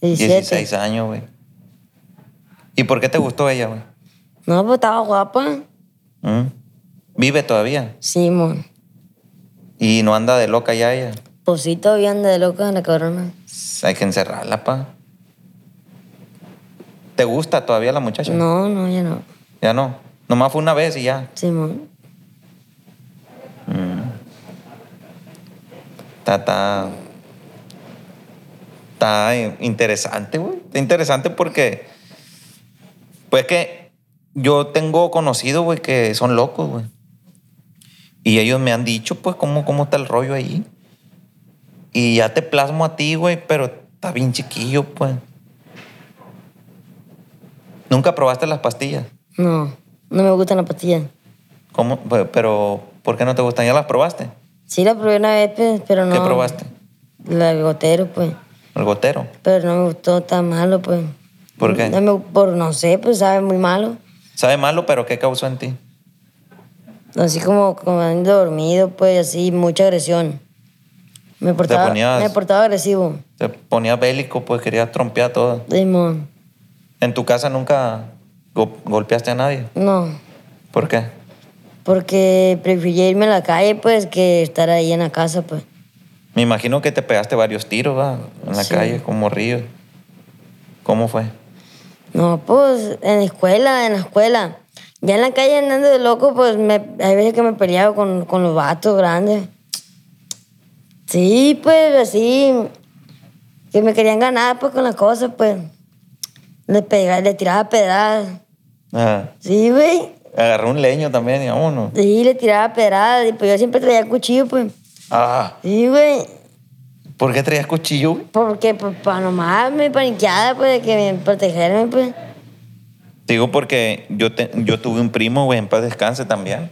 S2: 17.
S1: 16 años, güey. ¿Y por qué te gustó ella, güey?
S2: No, pues estaba guapa.
S1: ¿Mm? Vive todavía
S2: Simón.
S1: y no anda de loca ya ella.
S2: Pues sí, todavía anda de loca la cabrona.
S1: Hay que encerrarla, pa. ¿Te gusta todavía la muchacha?
S2: No, no, ya no.
S1: Ya no. Nomás fue una vez y ya.
S2: Simón.
S1: Está, está. Está interesante, güey. Está interesante porque. Pues que yo tengo conocidos, güey, que son locos, güey. Y ellos me han dicho, pues, cómo, cómo está el rollo ahí. Y ya te plasmo a ti, güey, pero está bien chiquillo, pues. ¿Nunca probaste las pastillas?
S2: No, no me gustan las pastillas.
S1: ¿Cómo? Pe- Pero, ¿por qué no te gustan? ¿Ya las probaste?
S2: Sí la probé una vez, pues, pero no.
S1: ¿Qué probaste?
S2: La de gotero, pues.
S1: El gotero.
S2: Pero no me gustó tan malo, pues.
S1: ¿Por qué?
S2: No, me- por, no sé, pues sabe muy malo.
S1: Sabe malo, pero ¿qué causó en ti?
S2: Así como, como ando dormido, pues así, mucha agresión. Me portaba,
S1: ponías-
S2: me portaba agresivo.
S1: Te ponías bélico, pues querías trompear todo.
S2: Simón,
S1: ¿En tu casa nunca go- golpeaste a nadie?
S2: no.
S1: ¿Por qué?
S2: Porque prefería irme a la calle, pues, que estar ahí en la casa, pues.
S1: Me imagino que te pegaste varios tiros, ¿va? En la
S2: Sí.
S1: calle, como río. ¿Cómo fue?
S2: No, pues, en la escuela, en la escuela. Ya en la calle andando de loco, pues, me- hay veces que me peleaba con, con los vatos grandes. Sí, pues, así. Que me querían ganar, pues, con las cosas, pues. Le, pegaba, le tiraba pedradas.
S1: Ah,
S2: Sí, güey.
S1: agarré un leño también y vámonos.
S2: Sí, le tiraba pedradas. Y pues yo siempre traía cuchillo, pues.
S1: Ah,
S2: Sí, güey.
S1: ¿por qué traías cuchillo, güey?
S2: Porque, pues, para nomás me paniqueada, pues, de que me protegerme, pues.
S1: Te Digo porque yo, te- yo tuve un primo, güey, en paz descanse también.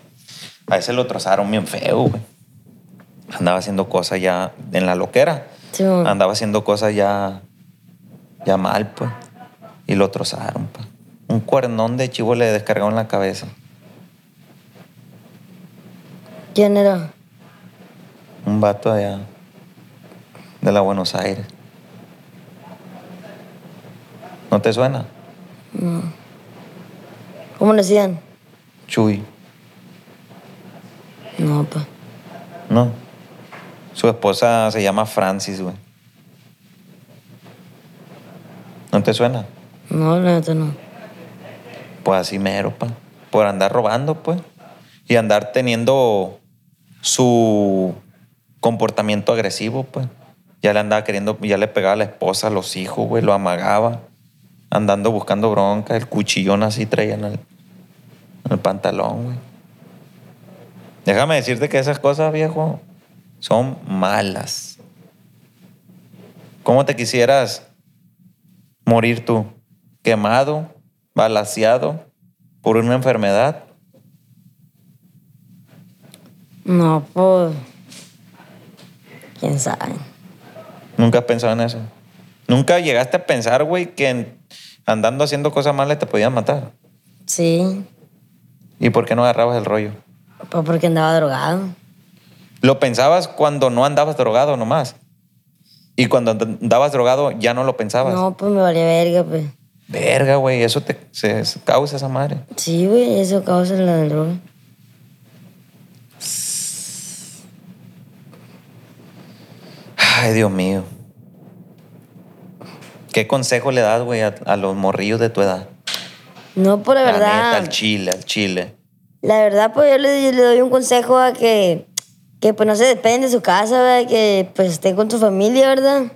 S1: A ese lo trozaron bien feo, güey. Andaba haciendo cosas ya en la loquera.
S2: Sí, mo.
S1: Andaba haciendo cosas ya, ya mal, pues. Y lo trozaron, pues. Un cuernón de chivo le descargaron la cabeza.
S2: ¿Quién era?
S1: Un vato allá de la Buenos Aires. ¿No te suena?
S2: ¿Cómo le decían?
S1: Chuy.
S2: No, pues.
S1: No. Su esposa se llama Francis, güey. ¿No te suena?
S2: No, la neta no.
S1: Pues así mero, pa. Por andar robando, pues. Y andar teniendo su comportamiento agresivo, pues. Ya le andaba queriendo, ya le pegaba a la esposa, a los hijos, güey, lo amagaba. Andando buscando bronca, el cuchillón así traía en el, en el pantalón, güey. Déjame decirte que esas cosas, viejo, son malas. ¿Cómo te quisieras morir tú? Quemado, balaseado por una enfermedad.
S2: No, pues. ¿Quién sabe?
S1: Nunca has pensado en eso. Nunca llegaste a pensar, güey, que en- andando haciendo cosas malas te podían matar.
S2: Sí,
S1: ¿Y por qué no agarrabas el rollo?
S2: pues porque andaba drogado.
S1: Lo pensabas cuando no andabas drogado nomás. Y cuando and- andabas drogado ya no lo pensabas.
S2: No, pues me valía verga, pues.
S1: Verga, güey, eso te se, se causa esa madre.
S2: Sí, güey, eso causa la droga.
S1: Ay, Dios mío. ¿Qué consejo le das, güey, a, a los morrillos de tu edad?
S2: No, por la
S1: neta,
S2: verdad.
S1: al chile, al chile.
S2: La verdad, pues yo le, le doy un consejo a que, que pues no se despeguen de su casa, ¿verdad? que pues estén con su familia, ¿verdad?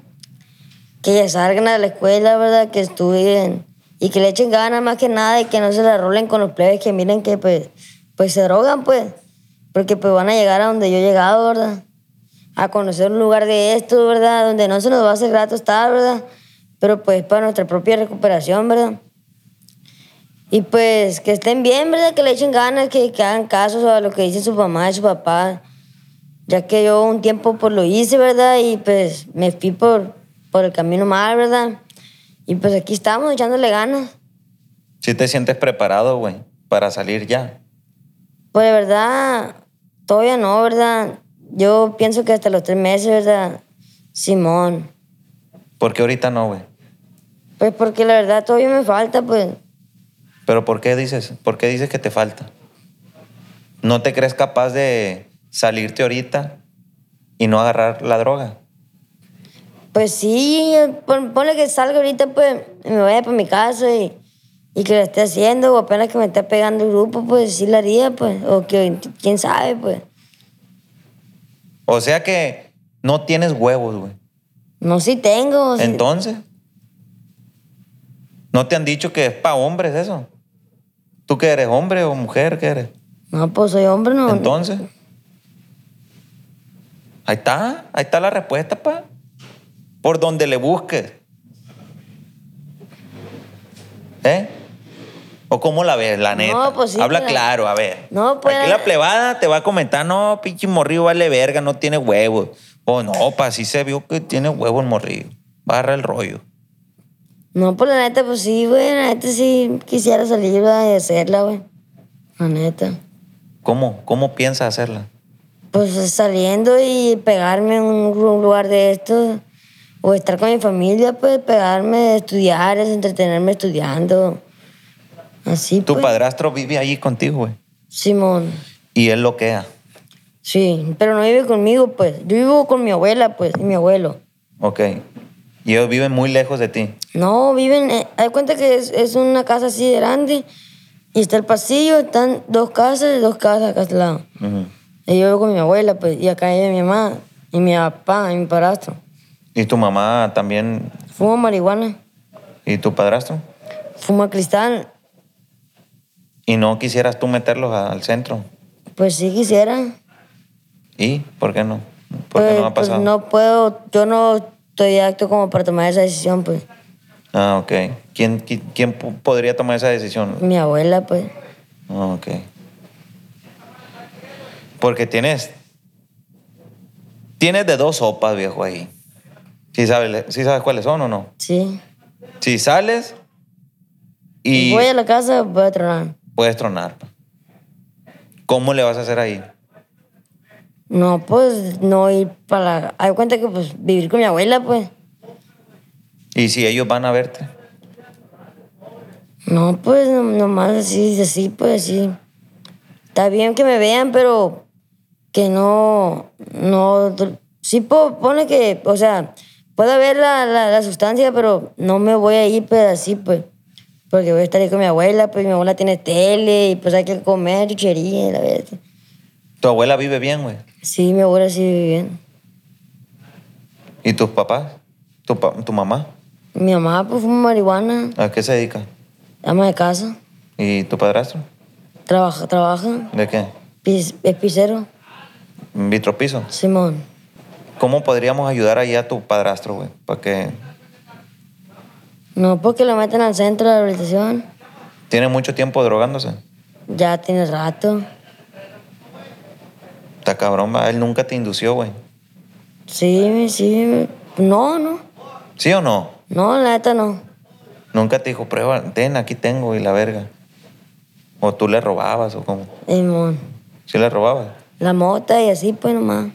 S2: Que ya salgan a la escuela, ¿verdad? Que estudien y que le echen ganas más que nada y que no se la rolen con los plebes que miren que pues, pues se drogan, pues. Porque pues van a llegar a donde yo he llegado, ¿verdad? A conocer un lugar de esto, ¿verdad? Donde no se nos va a hacer grato estar, ¿verdad? Pero pues para nuestra propia recuperación, ¿verdad? Y pues que estén bien, ¿verdad? Que le echen ganas, que, que hagan caso a lo que dicen su mamá y su papá. Ya que yo un tiempo pues lo hice, ¿verdad? Y pues me fui por, por el camino mal, ¿verdad? Y pues aquí estamos echándole ganas.
S1: Si te sientes preparado, güey, para salir ya.
S2: Pues de verdad, todavía no, ¿verdad? Yo pienso que hasta los tres meses, ¿verdad? Simón.
S1: ¿Por qué ahorita no, güey?
S2: Pues porque la verdad todavía me falta, pues.
S1: Pero ¿por qué dices? ¿Por qué dices que te falta? ¿No te crees capaz de salirte ahorita y no agarrar la droga?
S2: Pues sí, pon- ponle que salga ahorita, pues me vaya para mi casa y, y que lo esté haciendo, o apenas que me esté pegando el grupo, pues sí lo haría, pues, o que quién sabe, pues.
S1: O sea que no tienes huevos, güey.
S2: No, sí tengo. o sea,
S1: Entonces, ¿no te han dicho que es para hombres eso? ¿Tú que eres hombre o mujer? ¿Qué eres?
S2: No, pues soy hombre, no.
S1: Entonces, Ahí está, ahí está la respuesta, pa. Por donde le busques. ¿Eh? ¿O cómo la ves, la neta?
S2: No, pues sí,
S1: Habla
S2: pero-
S1: claro, a ver.
S2: No, pues-
S1: Aquí la plebada te va a comentar, no, pinche morrillo vale verga, no tiene huevos. O no, pa, sí se vio que tiene huevos el morrillo. Barra el rollo.
S2: No, pues la neta, pues sí, güey. La neta sí quisiera salir ¿verdad? y hacerla, güey. La neta.
S1: ¿Cómo? ¿Cómo piensa hacerla?
S2: Pues saliendo y pegarme en un lu- lugar de estos. O estar con mi familia, pues pegarme, estudiar, es entretenerme estudiando. Así,
S1: Tu
S2: pues.
S1: padrastro vive allí contigo, güey.
S2: Simón.
S1: Y él lo queda.
S2: Sí, pero no vive conmigo, pues. Yo vivo con mi abuela, pues, y mi abuelo.
S1: Ok. Y ellos viven muy lejos de ti.
S2: No, viven. eh, Hay cuenta que es, es una casa así de grande. Y está el pasillo, están dos casas y dos casas acá al lado.
S1: Ujú.
S2: Y yo vivo con mi abuela, pues, y acá vive mi mamá, y mi papá, y mi padrastro.
S1: ¿Y tu mamá también?
S2: Fuma marihuana,
S1: ¿Y tu padrastro?
S2: fuma cristal.
S1: ¿Y no quisieras tú meterlos a- al centro?
S2: Pues sí quisiera.
S1: ¿Y por qué no? ¿Por qué
S2: Pues-
S1: no ha
S2: pues
S1: pasado?
S2: no puedo, yo no estoy acto como para tomar esa decisión, pues.
S1: Ah, ok. ¿Quién, qui- quién po- podría tomar esa decisión?
S2: Mi abuela, pues.
S1: Ah, ok. Porque tienes. Tienes de dos sopas, viejo, ahí. ¿Sí sabes, sí sabes cuáles son o no?
S2: Sí.
S1: Si sales y
S2: Voy a la casa, voy a tronar.
S1: puedes tronar. pa. ¿Cómo le vas a hacer ahí?
S2: No, pues no ir para la. Hay cuenta que, pues, vivir con mi abuela, pues.
S1: ¿Y si ellos van a verte?
S2: No, pues no- nomás así, así, pues sí. Está bien que me vean, pero que no, no, sí po- pone que, o sea, puede haber la, la, la sustancia, pero no me voy a ir, pues así, pues. Porque voy a estar ahí con mi abuela, pues mi abuela tiene tele y pues hay que comer chuchería, y la verdad.
S1: Tu abuela vive bien, güey.
S2: Sí, mi abuela sí vive bien.
S1: ¿Y tus papás? ¿Tu, pa- tu mamá?
S2: Mi mamá pues fuma marihuana,
S1: ¿A qué se dedica?
S2: ama de casa,
S1: ¿Y tu padrastro?
S2: trabaja, trabaja,
S1: ¿De qué?
S2: pis- es pisero,
S1: ¿Vitropiso?
S2: Simón.
S1: ¿Cómo podríamos ayudar ahí a tu padrastro, güey? Para que
S2: No, porque lo meten al centro de rehabilitación.
S1: tiene mucho tiempo drogándose.
S2: Ya tiene rato.
S1: Está cabrón, va. Él nunca te indució, güey.
S2: Sí, sí. No, no.
S1: ¿Sí o no?
S2: No, la neta no.
S1: Nunca te dijo, prueba, ten, aquí tengo, y la verga. O tú le robabas, o cómo.
S2: Simón.
S1: Sí le robabas.
S2: La mota y así, pues nomás.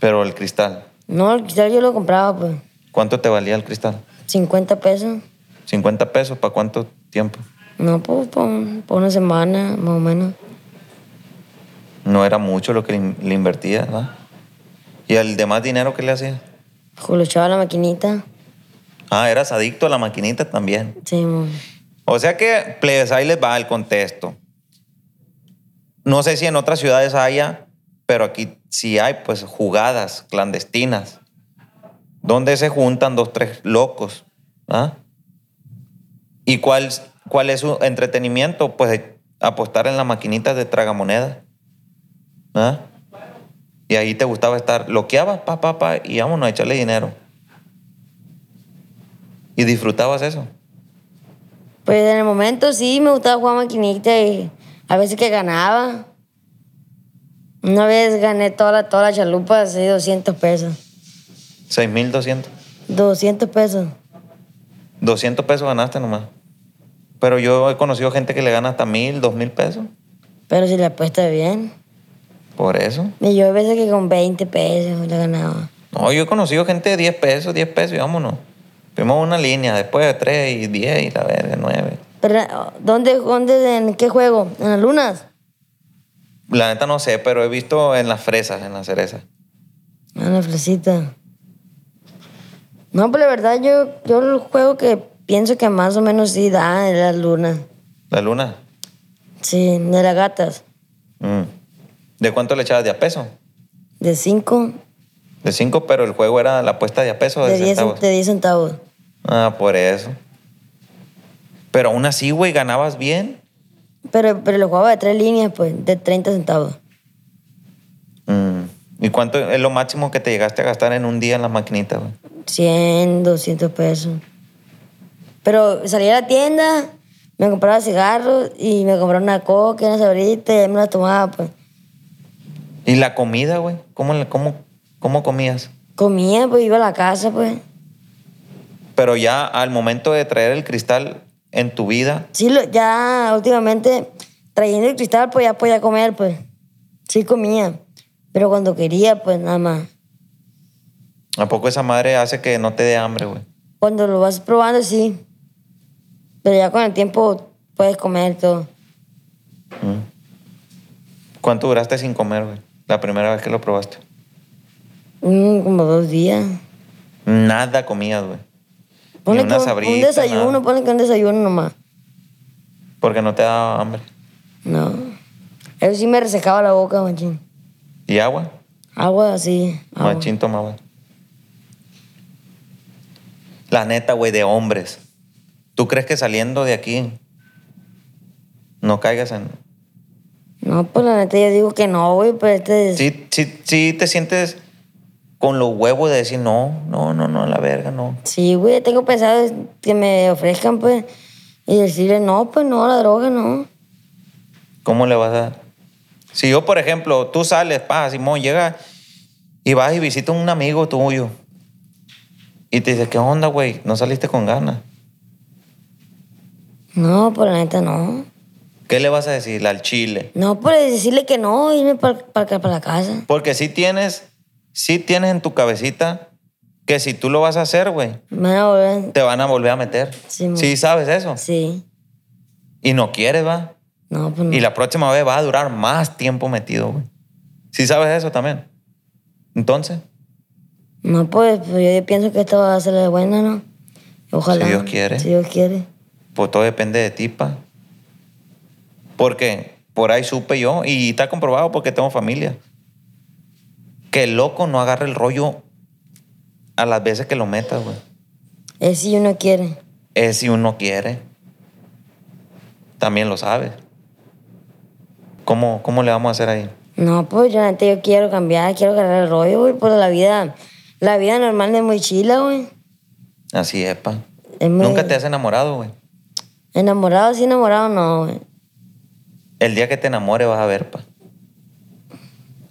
S1: Pero el cristal.
S2: No, el cristal yo lo compraba, pues.
S1: ¿Cuánto te valía el cristal?
S2: 50 pesos.
S1: ¿50 pesos? ¿Para cuánto tiempo?
S2: No, pues por, un- por una semana, más o menos.
S1: No era mucho lo que le in- le invertía, ¿verdad? ¿Y el demás dinero que le hacía?
S2: Jolochaba la maquinita.
S1: Ah, eras adicto a la maquinita también.
S2: Simón.
S1: O sea que, plebes, ahí les va el contexto. No sé si en otras ciudades haya, pero aquí sí hay, pues, jugadas clandestinas, donde se juntan dos, tres locos. ¿ah? ¿Y cuál, cuál es su entretenimiento? Pues apostar en las maquinitas de tragamonedas. ¿ah? Y ahí te gustaba estar, loqueabas, pa, pa, pa, y vámonos a echarle dinero. Y disfrutabas eso.
S2: Pues en el momento sí me gustaba jugar maquinita y a veces que ganaba. Una vez gané toda la, toda la chalupa, así 200 pesos.
S1: 6200.
S2: 200 pesos.
S1: 200 pesos ganaste nomás. Pero yo he conocido gente que le gana hasta 1000, 2000 pesos.
S2: Pero si la apuesta bien.
S1: Por eso.
S2: Y yo a veces que con 20 pesos la ganaba.
S1: No, yo he conocido gente de 10 pesos, 10 pesos y vámonos. Primero una línea, después de 3 y 10 y la vez de 9.
S2: Pero, ¿dónde, dónde, en qué juego? ¿En las lunas?
S1: La neta no sé, pero he visto en las fresas, en las cerezas.
S2: En la fresita. No, pero la verdad yo, yo el juego que pienso que más o menos sí da es las lunas.
S1: La luna.
S2: Sí, de las gatas.
S1: Mm. ¿De cuánto le echabas? ¿De a peso?
S2: De 5,
S1: De 5, pero el juego era la apuesta de a peso o de,
S2: de 10
S1: centavos.
S2: de 10 centavos.
S1: Ah, por eso. Pero aún así, güey, ganabas bien.
S2: Pero, pero lo jugaba de tres líneas, pues, de 30 centavos.
S1: Mm, ¿Y cuánto es lo máximo que te llegaste a gastar en un día en las maquinitas, güey?
S2: 100, 200 pesos. Pero salí a la tienda, me compraba cigarros y me compraba una coca, una sabrita y ahí me la tomaba, pues.
S1: ¿Y la comida, güey? ¿Cómo, la- cómo, ¿Cómo comías?
S2: Comía, pues iba a la casa, pues.
S1: Pero ya al momento de traer el cristal en tu vida,
S2: Sí, lo- ya últimamente trayendo el cristal, pues ya podía comer, pues. Sí comía, pero cuando quería, pues nada más.
S1: ¿a poco esa madre hace que no te dé hambre, güey?
S2: Cuando lo vas probando, sí. Pero ya con el tiempo puedes comer todo.
S1: Mm. ¿Cuánto duraste sin comer, güey? La primera vez que lo probaste.
S2: Mm, como dos días.
S1: Nada comías, güey. Ni
S2: Ponle que
S1: una
S2: un-
S1: sabrita,
S2: un desayuno,
S1: nada.
S2: ponle que un desayuno nomás.
S1: Porque no te daba hambre.
S2: No. Eso sí me resecaba la boca, machín.
S1: ¿Y agua?
S2: Agua así. agua.
S1: Machín tomaba. La neta, güey, de hombres. ¿Tú crees que saliendo de aquí no caigas en...
S2: No, pues la neta yo digo que no, güey, pero este es...
S1: Sí, sí, sí te sientes con los huevos de decir no, no, no, no, a la verga, no.
S2: Sí, güey, tengo pensado que me ofrezcan, pues, y decirle, no, pues no, la droga no.
S1: ¿Cómo le vas a...? Si yo, por ejemplo, tú sales, pa, Simón, llega y vas y visitas a un amigo tuyo y te dice, ¿qué onda, güey? No saliste con ganas.
S2: No, pues la neta no.
S1: ¿Qué le vas a decir al chile?
S2: No, pues decirle que no, irme para la casa.
S1: Porque sí tienes, sí tienes en tu cabecita que si tú lo vas a hacer, güey,
S2: Me van a volver.
S1: te van a volver a meter.
S2: Sí, mo.
S1: Sí, sabes eso.
S2: Sí.
S1: Y no quieres, va.
S2: No, pues no.
S1: Y la próxima vez va a durar más tiempo metido, güey. Sí sabes eso también. Entonces,
S2: No, pues, pues yo pienso que esto va a ser la buena, ¿no? Ojalá.
S1: Si Dios quiere.
S2: Si Dios quiere.
S1: pues todo depende de ti, pa. Porque por ahí supe yo, y está comprobado porque tengo familia, que el loco no agarra el rollo a las veces que lo metas, güey.
S2: Es si uno quiere.
S1: es si uno quiere. También lo sabes. ¿Cómo, ¿Cómo le vamos a hacer ahí?
S2: No, pues yo, la neta, yo quiero cambiar, quiero agarrar el rollo, güey, porque la vida, la vida normal es muy chila, güey.
S1: Así es, pa.
S2: Es muy-
S1: Nunca te has enamorado, güey.
S2: Enamorado, sí, enamorado, no, güey.
S1: El día que te enamores vas a ver, pa.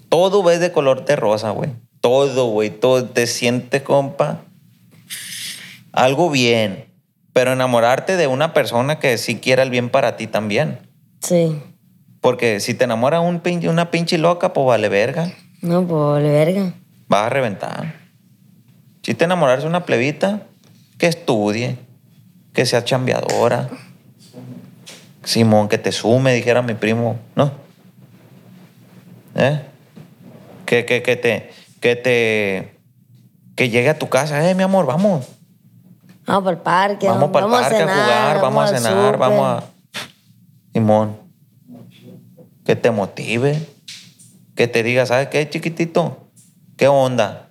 S1: Todo ves de color de rosa, güey. Todo, güey. Todo te sientes, compa. Algo bien. Pero enamorarte de una persona que sí quiera el bien para ti también.
S2: Sí.
S1: Porque si te enamora un pin- una pinche loca, pues vale verga.
S2: No, pues, vale verga.
S1: vas a reventar. Si te enamoras de una plebita, que estudie, que sea chambeadora. Simón, que te sume, dijera mi primo, ¿no? ¿Eh? Que, que, que te, que te, que llegue a tu casa, eh, mi amor, vamos,
S2: Vamos para el parque.
S1: vamos para el parque a, jugar, vamos a
S2: al
S1: cenar,
S2: súper.
S1: vamos a... Simón, que te motive, que te diga, ¿sabes qué, chiquitito? ¿Qué onda?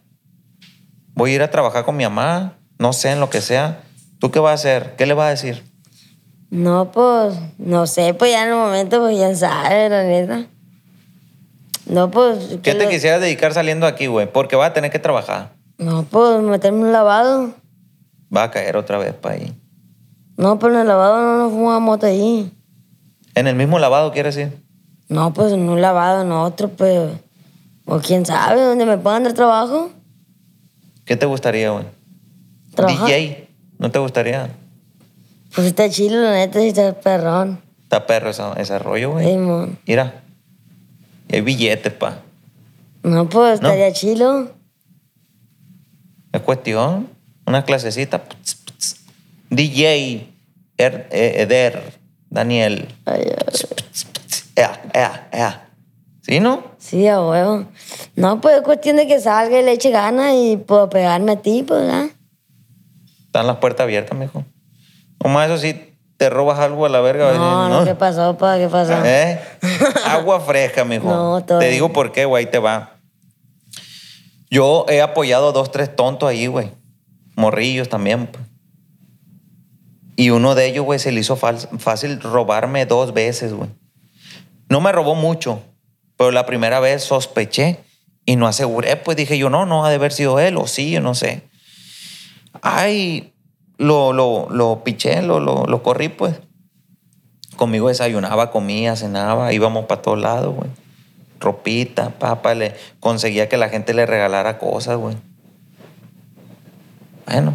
S1: Voy a ir a trabajar con mi mamá, no sé, en lo que sea. ¿Tú qué vas a hacer? ¿Qué le vas a decir?
S2: No, pues, no sé, pues ya en el momento, pues ya sabes, la neta. No, pues.
S1: ¿Qué
S2: que
S1: te
S2: lo-
S1: quisieras dedicar saliendo de aquí, güey? Porque vas a tener que trabajar.
S2: No, pues meterme un lavado.
S1: Vas a caer otra vez para ahí.
S2: No, pues en el lavado no nos fumamos moto ahí.
S1: En el mismo lavado, quieres decir.
S2: No, pues en un lavado, en otro, pues. O quién sabe, donde me puedan dar trabajo.
S1: ¿Qué te gustaría, güey?
S2: Trabajar.
S1: DJ. ¿No te gustaría?
S2: Pues está chido, la neta, sí está perrón.
S1: Está perro esa- ese rollo, güey.
S2: Ey, mon.
S1: Mira. Y hay billetes, pa.
S2: No, pues
S1: No.
S2: estaría chido.
S1: Es cuestión. Una clasecita. Pts, pts. DJ Er- eh, Eder Daniel.
S2: Ay, ay.
S1: Ea, ea, ea. ¿Sí, no?
S2: Sí, a huevo. No, pues es cuestión de que salga y le eche ganas y puedo pegarme a ti, pues, ¿verdad?
S1: Están las puertas abiertas, mijo. Nomás eso sí, te robas algo a la verga. va a
S2: No,
S1: decir,
S2: no, ¿qué pasó, pa? ¿Qué pasó?
S1: ¿Eh? Agua fresca, mijo.
S2: No, todo
S1: te
S2: bien.
S1: digo por qué, güey, ahí te va. Yo he apoyado a dos, tres tontos ahí, güey. Morrillos también. pues. Y uno de ellos, güey, se le hizo fal- fácil robarme dos veces, güey. No me robó mucho, pero la primera vez sospeché Y no aseguré, pues dije yo, no, no ha de haber sido él, o sí, yo no sé. Ay, lo, lo, lo piché, lo, lo, lo corrí, pues. Conmigo desayunaba, comía, cenaba, íbamos para todos lados, güey. Ropita, papa, le conseguía que la gente le regalara cosas, güey. Bueno,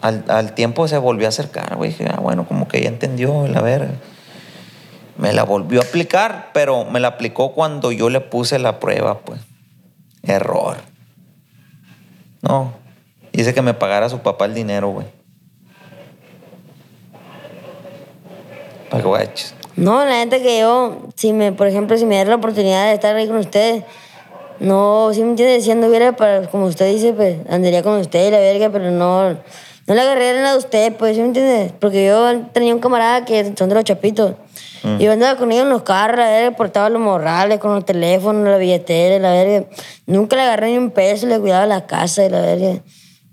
S1: al, al tiempo se volvió a acercar, güey. Dije, ah, bueno, como que ya entendió la verga. Me la volvió a aplicar, pero me la aplicó cuando yo le puse la prueba, pues. Error. No. Dice que me pagara su papá el dinero, güey. Para que guaches.
S2: No, la gente que yo, si me, por ejemplo, si me diera la oportunidad de estar ahí con ustedes, no, si me entiendes, si anduviera para, como usted dice, pues andaría con usted y la verga, pero no, no le agarraría nada a usted, pues, ¿sí me entiendes? Porque yo tenía un camarada que son de los chapitos.
S1: Ah.
S2: Y yo andaba con ellos en los carros, la verga, portaba los morrales con los teléfonos, la billetera, la verga. Nunca le agarré ni un peso, le cuidaba la casa y la verga. Y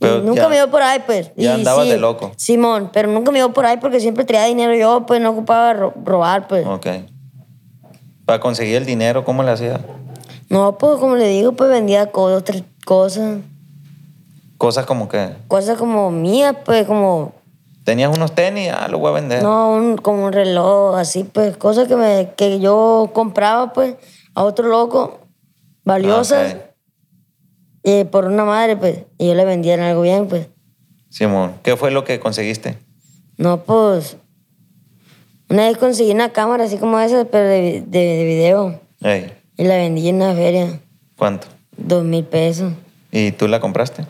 S1: Pero
S2: nunca
S1: ya-
S2: me dio por ahí, pues.
S1: ya
S2: Y
S1: andabas de loco.
S2: Simón, pero nunca me dio por ahí porque siempre traía dinero yo, pues no ocupaba ro- robar, pues.
S1: Ok. Para conseguir el dinero, ¿cómo le hacía?
S2: No, pues como le digo, pues vendía cosas, tres cosas.
S1: Cosas como que.
S2: Cosas como mías, pues, como,
S1: Tenías unos tenis, ah, los voy a vender.
S2: no, un- como un reloj, así, pues, cosas que, me, que yo compraba, pues, a otro loco, valiosas,
S1: Ah, ok.
S2: eh, por una madre, pues, y yo le vendía en algo bien, pues.
S1: Simón, ¿qué fue lo que conseguiste?
S2: No, pues, una vez conseguí una cámara así como esa, pero de, de, de video,
S1: Ey,
S2: y la vendí en una feria,
S1: ¿Cuánto?
S2: dos mil pesos.
S1: ¿Y tú la compraste?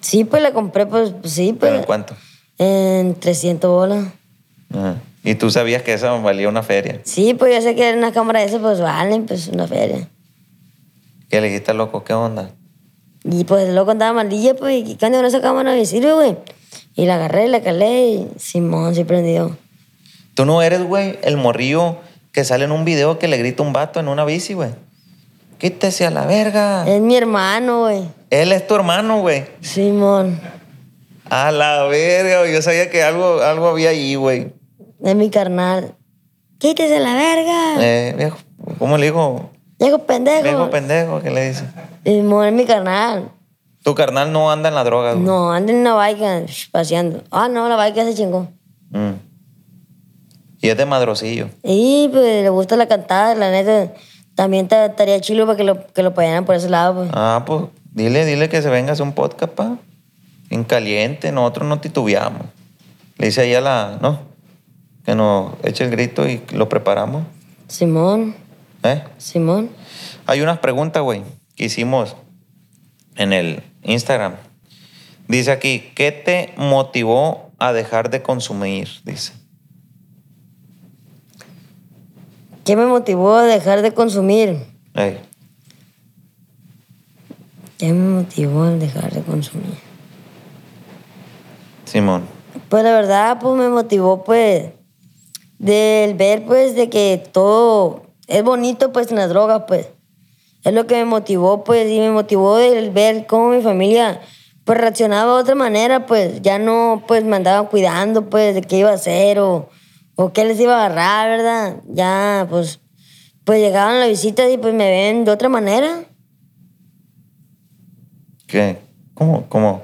S2: Sí, pues, la compré, pues, sí,
S1: ¿Pero en
S2: pues,
S1: cuánto?
S2: en 300 bolas.
S1: Ajá. ¿Y tú sabías que esa valía una feria?
S2: Sí, pues yo sé que era una cámara de esas, pues valen, pues una feria.
S1: ¿Qué le dijiste, loco? ¿Qué onda?
S2: Y pues el loco andaba malilla, pues, y cuando esa cámara me sirve, güey. Y la agarré, la calé y Simón se prendió.
S1: Tú no eres, güey, el morrillo que sale en un video que le grita un vato en una bici, güey. Quítese a la verga.
S2: Es mi hermano, güey.
S1: Él es tu hermano, güey.
S2: Simón.
S1: A la verga, güey. Yo sabía que algo, algo había ahí, güey.
S2: Es mi carnal. Quítese la verga.
S1: Eh, viejo, ¿cómo le digo?
S2: Ah. Viejo pendejo.
S1: Viejo pendejo, ¿qué le dice?
S2: Simón es mi carnal.
S1: Tu carnal no anda en la droga, güey.
S2: No, anda en una baica sh, paseando. Ah, no, la baica se chingó.
S1: Mm. Y es de madrocillo.
S2: Y pues le gusta la cantada, la neta. También ta- estaría chilo para que lo, que lo apoyaran por ese lado, pues.
S1: Ah, pues dile, dile que se venga a hacer un podcast, pa. En caliente, nosotros no titubeamos. Le dice ahí a la, ¿no? Que nos eche el grito y lo preparamos.
S2: Simón,
S1: ¿Eh?
S2: Simón.
S1: Hay unas preguntas, güey, que hicimos en el Instagram. Dice aquí, ¿qué te motivó a dejar de consumir? Dice.
S2: ¿Qué me motivó a dejar de consumir?
S1: Ey,
S2: ¿Qué me motivó a dejar de consumir?
S1: Simón.
S2: Pues la verdad, pues me motivó, pues, del ver, pues, de que todo es bonito, pues, en las drogas, pues. Es lo que me motivó, pues, y me motivó el ver cómo mi familia, pues, reaccionaba de otra manera, pues, ya no, pues, me andaban cuidando, pues, de qué iba a hacer o, o qué les iba a agarrar, ¿verdad? Ya, pues, pues llegaban las visitas y, pues, me ven de otra manera.
S1: ¿Qué? ¿Cómo? ¿Cómo?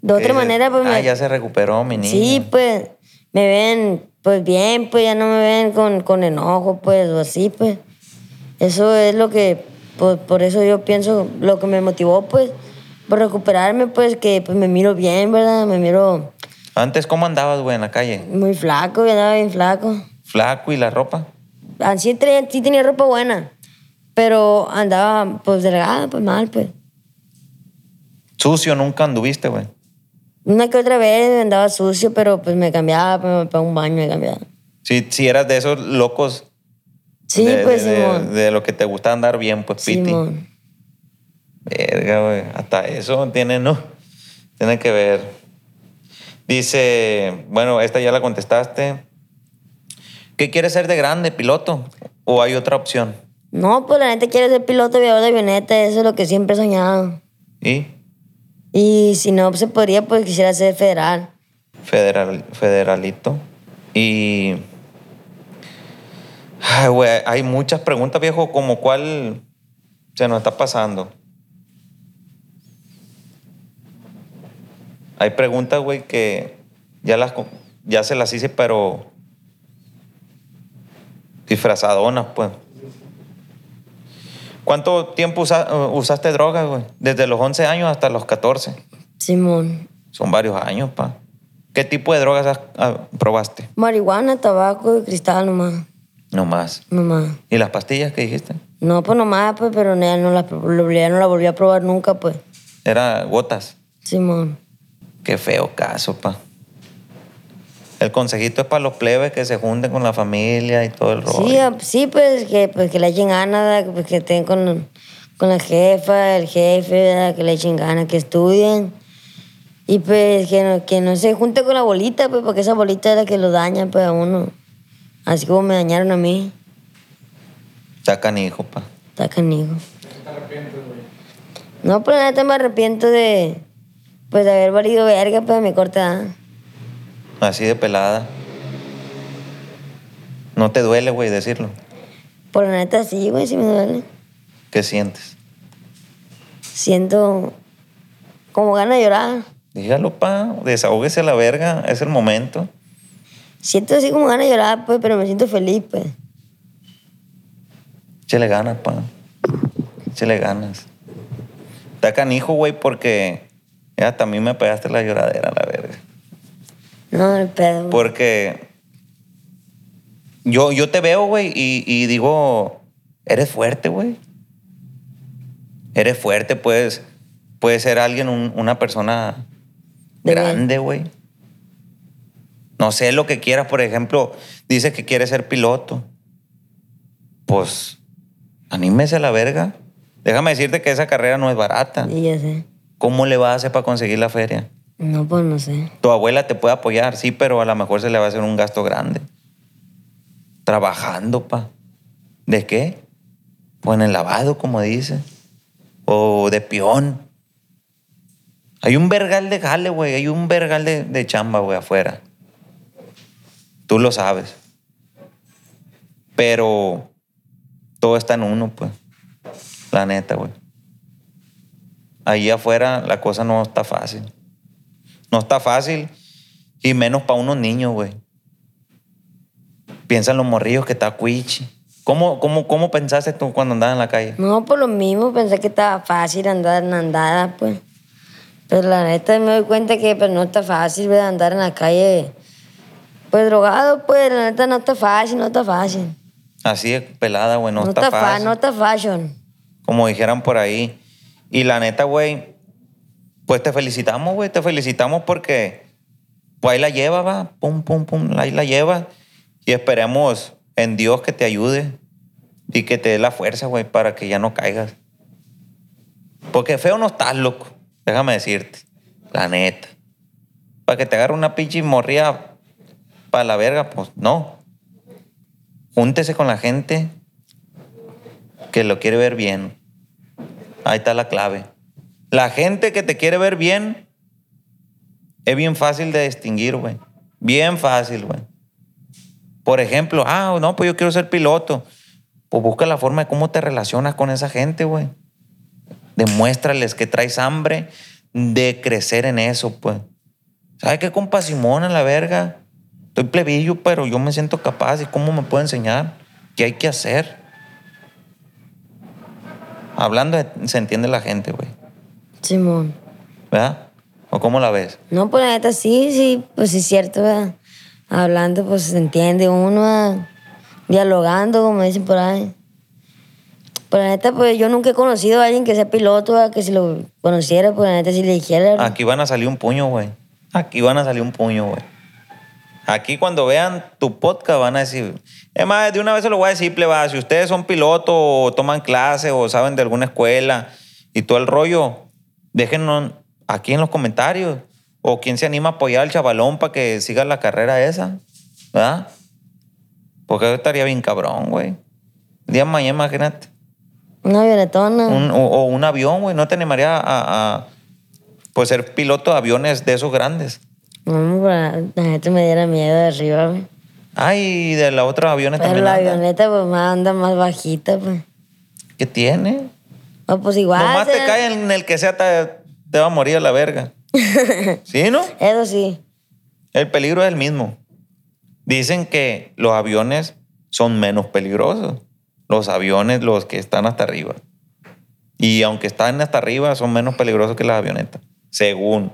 S2: De otra
S1: Eh,
S2: manera, pues,
S1: Ah,
S2: me-
S1: ya se recuperó mi niño.
S2: Sí, pues me ven pues bien, pues ya no me ven con, con enojo, pues, o así, pues. Eso es lo que, pues, por eso yo pienso, lo que me motivó, pues, por recuperarme, pues, que pues, me miro bien, ¿verdad? Me miro
S1: Antes, ¿cómo andabas, güey, en la calle?
S2: muy flaco, yo andaba bien flaco.
S1: Flaco y la ropa.
S2: Así traía- sí tenía ropa buena, pero andaba, pues, delgada, pues, mal, pues.
S1: Sucio nunca anduviste, güey.
S2: Una que otra vez andaba sucio, pero pues me cambiaba, pues, me para un baño me cambiaba.
S1: Si, si eras de esos locos.
S2: Sí,
S1: de,
S2: pues,
S1: de, de-
S2: Simón.
S1: de lo que te gusta andar bien, pues, piti.
S2: Simón.
S1: Verga, güey. Hasta eso tiene, ¿no? Tiene que ver. Dice, bueno, esta ya la contestaste. ¿Qué quieres ser de grande, piloto? ¿O hay otra opción?
S2: No, pues la neta quiero ser piloto aviador de avioneta, eso es lo que siempre he soñado.
S1: ¿Y?
S2: Y si no se podría, pues quisiera ser federal.
S1: Federal, federalito. Y. Ay, güey, hay muchas preguntas, viejo, como cuál. Se nos está pasando. Hay preguntas, güey, que ya, las, co- ya se las hice, pero disfrazadonas, pues. ¿Cuánto tiempo usa- eh, usaste droga, güey? Desde los 11 años hasta los 14.
S2: Simón.
S1: Son varios años, pa. ¿Qué tipo de drogas has- ah, probaste?
S2: Marihuana, tabaco y cristal nomás.
S1: No más.
S2: Nomás.
S1: ¿Y las pastillas que dijiste?
S2: No, pues nomás, pues, pero ya no la, ya no la volví a probar nunca, pues.
S1: Era gotas.
S2: Simón.
S1: Qué feo caso, pa. El consejito es para los plebes que se junten con la familia y todo el rollo.
S2: Sí, ah, sí pues, que, pues que le echen ganas, ¿verdad? pues, que estén con, con la jefa, el jefe, ¿verdad? que le echen ganas, que estudien. Y pues que no, que no se junte con la bolita, pues, porque esa bolita es la que lo daña pues, a uno. Así como me dañaron a mí,
S1: Está canijo, pa.
S2: está canijo. No, pero neta me arrepiento de, pues, de haber valido verga, pues, a mi corta edad.
S1: Así de pelada. No te duele, güey, decirlo.
S2: Por la neta sí, güey, sí me duele.
S1: ¿Qué sientes?
S2: Siento como ganas de llorar.
S1: Dígalo, pa. Desahógese a la verga. Es el momento.
S2: Siento así como ganas de llorar, pues, pero me siento feliz, pues.
S1: Échale ganas, pa. Échale ganas. Está canijo, güey, porque hasta a mí me pegaste la lloradera, la verga.
S2: No, el pedo. güey.
S1: Porque yo, yo te veo, güey, y, y digo, eres fuerte, güey. Eres fuerte, puedes, puedes ser alguien, un- una persona
S2: De bien.
S1: grande, güey. No sé lo que quieras, por ejemplo, dices que quieres ser piloto. Pues, anímese a la verga. Déjame decirte que esa carrera no es barata.
S2: Y ya sé.
S1: ¿Cómo le vas a hacer para conseguir la feria?
S2: No, pues no sé.
S1: Tu abuela te puede apoyar, sí, pero a lo mejor se le va a hacer un gasto grande. Trabajando, pa. ¿De qué? Pues en el lavado, como dice. O de peón. Hay un vergal de jale, güey. Hay un vergal de, de chamba, güey, afuera. Tú lo sabes. Pero todo está en uno, pues. La neta, güey. Allí afuera la cosa no está fácil. No está fácil. Y menos para unos niños, güey. Piensa en los morrillos que está cuichi. ¿Cómo, cómo, ¿Cómo pensaste tú cuando andabas en la calle?
S2: No, por lo mismo pensé que estaba fácil andar en andada, pues. Pero la neta me doy cuenta que pues, no está fácil ¿verdad? andar en la calle. Pues drogado, pues, la neta no está fácil, no está fácil.
S1: Así de pelada, güey. No, está,
S2: fa-
S1: fácil.
S2: no está fashion.
S1: Como dijeran por ahí. Y la neta, güey, pues te felicitamos, güey. Te felicitamos porque pues ahí la lleva, va. Pum, pum, pum. Ahí la lleva. Y esperemos en Dios que te ayude y que te dé la fuerza, güey, para que ya no caigas. Porque feo no estás, loco. Déjame decirte. La neta. Para que te agarre una pinche morría para la verga, pues no. Júntese con la gente que lo quiere ver bien. Ahí está la clave. La gente que te quiere ver bien es bien fácil de distinguir, güey. Bien fácil, güey. Por ejemplo, ah, no, pues yo quiero ser piloto. Pues busca la forma de cómo te relacionas con esa gente, güey. Demuéstrales que traes hambre de crecer en eso, pues. ¿Sabes qué, compa Simón, a la verga? Estoy plebillo, pero yo me siento capaz. ¿Y cómo me puedo enseñar? ¿Qué hay que hacer? Hablando se entiende la gente, güey.
S2: Simón.
S1: ¿Verdad? ¿O cómo la ves?
S2: No, pues la neta sí, sí, pues sí es cierto, ¿verdad? Hablando, pues se entiende uno, ¿verdad? dialogando, como dicen por ahí. Pero la neta, pues yo nunca he conocido a alguien que sea piloto, ¿verdad? que si lo conociera, pues la neta si le dijera,
S1: Aquí van a salir un puño, güey. Aquí van a salir un puño, güey. Aquí cuando vean tu podcast van a decir... Es más, de una vez se lo voy a decir, pleba. Si ustedes son pilotos o toman clases o saben de alguna escuela y todo el rollo, déjenos aquí en los comentarios. O quién se anima a apoyar al chavalón para que siga la carrera esa. ¿Verdad? Porque estaría bien cabrón, güey. El día de mañana, imagínate.
S2: una avionetona.
S1: un- o, o un avión, güey. No te animaría a, a, pues, ser piloto de aviones de esos grandes.
S2: No, pues, la la neta me diera miedo de arriba, güey.
S1: Ay, y de la otra aviones
S2: Pero
S1: también.
S2: la
S1: anda.
S2: avioneta, pues más anda más bajita, pues.
S1: ¿Qué tiene?
S2: No, pues igual.
S1: Nomás te
S2: eh,
S1: cae en el que sea, te, te va a morir a la verga. ¿Sí, no?
S2: Eso sí.
S1: El peligro es el mismo. Dicen que los aviones son menos peligrosos. Los aviones, los que están hasta arriba. Y aunque están hasta arriba, son menos peligrosos que las avionetas. Según.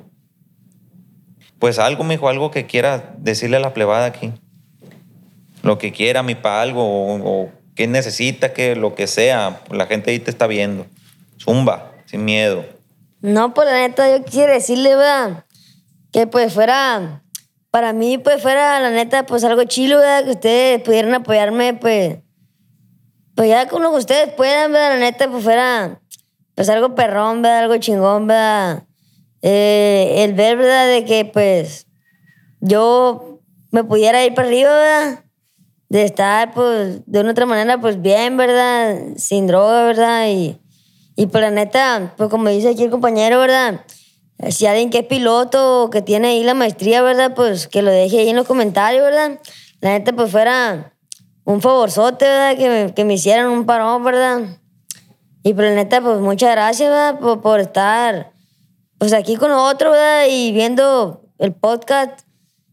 S1: Pues algo, mijo, algo que quiera decirle a la plebada aquí. Lo que quiera, mi pa, algo, o, o que necesita, que lo que sea. La gente ahí te está viendo. Zumba, sin miedo.
S2: No, por la neta, yo quisiera decirle, ¿verdad? Que pues fuera, para mí, pues fuera, la neta, pues algo chilo, ¿verdad? Que ustedes pudieran apoyarme, pues. Pues ya con lo que ustedes puedan, ¿verdad? La neta, pues fuera, pues algo perrón, ¿verdad? Algo chingón, ¿verdad? Eh, el ver, ¿verdad? De que, pues, yo me pudiera ir para arriba, ¿verdad? De estar, pues, de una u otra manera, pues bien, ¿verdad? Sin droga, ¿verdad? Y. Y pues la neta, pues como dice aquí el compañero, ¿verdad? Si alguien que es piloto o que tiene ahí la maestría, ¿verdad? Pues que lo deje ahí en los comentarios, ¿verdad? La neta, pues fuera un favorzote, ¿verdad? Que me, que me hicieran un parón, ¿verdad? Y pues la neta, pues muchas gracias, ¿verdad? Por, por estar pues aquí con nosotros, ¿verdad? Y viendo el podcast.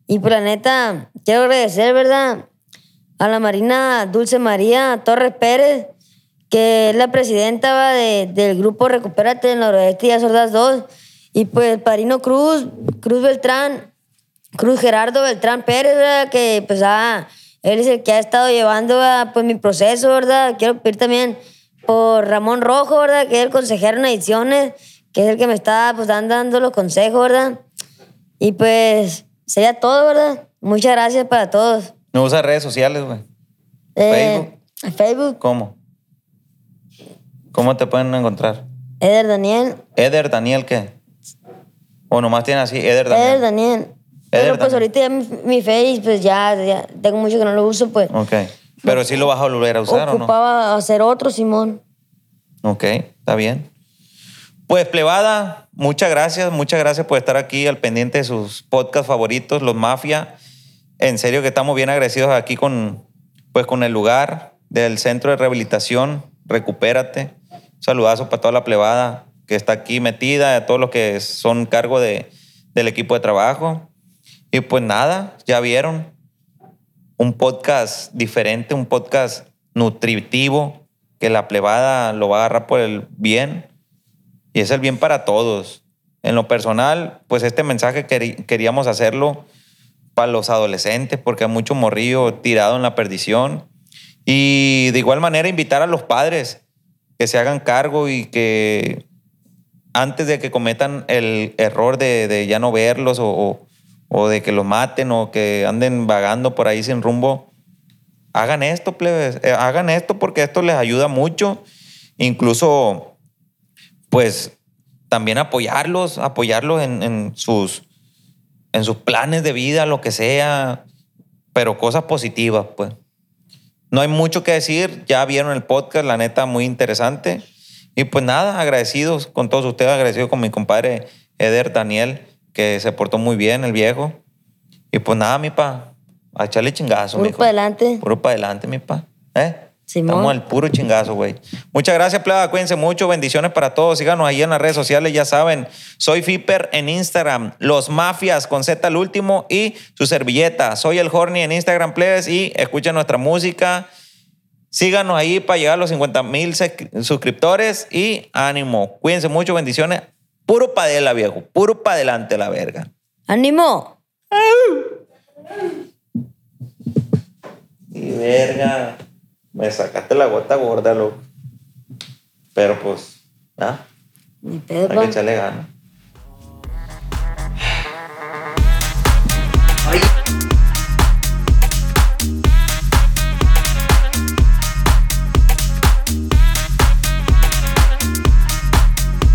S2: Y pues la neta, quiero agradecer, ¿verdad? a la Marina Dulce María Torres Pérez, que es la presidenta va, de- del grupo Recupérate del Noroeste y Sordas 2, y pues Parino Cruz, Cruz Beltrán, Cruz Gerardo Beltrán Pérez, ¿verdad? que pues ah, él es el que ha estado llevando ¿verdad? pues mi proceso, ¿verdad? Quiero pedir también por Ramón Rojo, ¿verdad? que es el consejero en ediciones, que es el que me está pues dan- dando los consejos, ¿verdad? Y pues sería todo, ¿verdad? Muchas gracias para todos.
S1: No usa redes sociales, güey.
S2: Eh, Facebook,
S1: ¿Cómo? ¿Cómo te pueden encontrar?
S2: Eder Daniel.
S1: ¿Eder Daniel qué? O nomás tiene así, Eder Daniel.
S2: Eder Daniel.
S1: Eder
S2: Pero pues
S1: Daniel.
S2: ahorita ya mi, mi Face, pues ya, ya tengo mucho que no lo uso, pues.
S1: Ok. Pero sí lo vas a volver a usar o
S2: Ocupaba hacer otro, Simón.
S1: no? Ok, está bien. Pues plebada, muchas gracias, muchas gracias por estar aquí al pendiente de sus podcasts favoritos, los Mafia. En serio que estamos bien agradecidos aquí con, pues, con el lugar del Centro de Rehabilitación, Recupérate. Un saludazo para toda la plebada que está aquí metida, a todos los que son cargo de, del equipo de trabajo. Y pues nada, ya vieron, un podcast diferente, un podcast nutritivo, que la plebada lo va a agarrar por el bien. Y es el bien para todos. En lo personal, pues este mensaje queri- queríamos hacerlo para los adolescentes, porque hay mucho morrillo tirado en la perdición. Y de igual manera invitar a los padres que se hagan cargo y que antes de que cometan el error de, de ya no verlos o, o- o de que los maten o que anden vagando por ahí sin rumbo, hagan esto, plebes, eh, hagan esto porque esto les ayuda mucho. Incluso, pues, también apoyarlos, apoyarlos en, en sus, en sus planes de vida, lo que sea, pero cosas positivas, pues. No hay mucho que decir, ya vieron el podcast, la neta, muy interesante. Y pues nada, agradecidos con todos ustedes, agradecido con mi compadre Eder Daniel, que se portó muy bien, el viejo. Y pues nada, mi pa, a echarle chingazo,
S2: Puro
S1: mijo.
S2: pa' adelante.
S1: Puro para adelante, mi pa. ¿Eh?
S2: Simón.
S1: Estamos al puro chingazo, güey. Muchas gracias, plebada. Cuídense mucho. Bendiciones para todos. Síganos ahí en las redes sociales, ya saben. Soy Fiper en Instagram, Los Mafias con Z al último y su servilleta. Soy el Horny en Instagram, plebes, y escuchen nuestra música. Síganos ahí para llegar a los 50 mil suscriptores y ánimo. Cuídense mucho. Bendiciones. Puro pa' la viejo. Puro pa' adelante, la verga.
S2: ¡Ánimo!
S1: Y verga, me sacaste la gota gorda, loco. Pero pues, nada,
S2: Ni pedo,
S1: hay que
S2: pa.
S1: echarle ganas.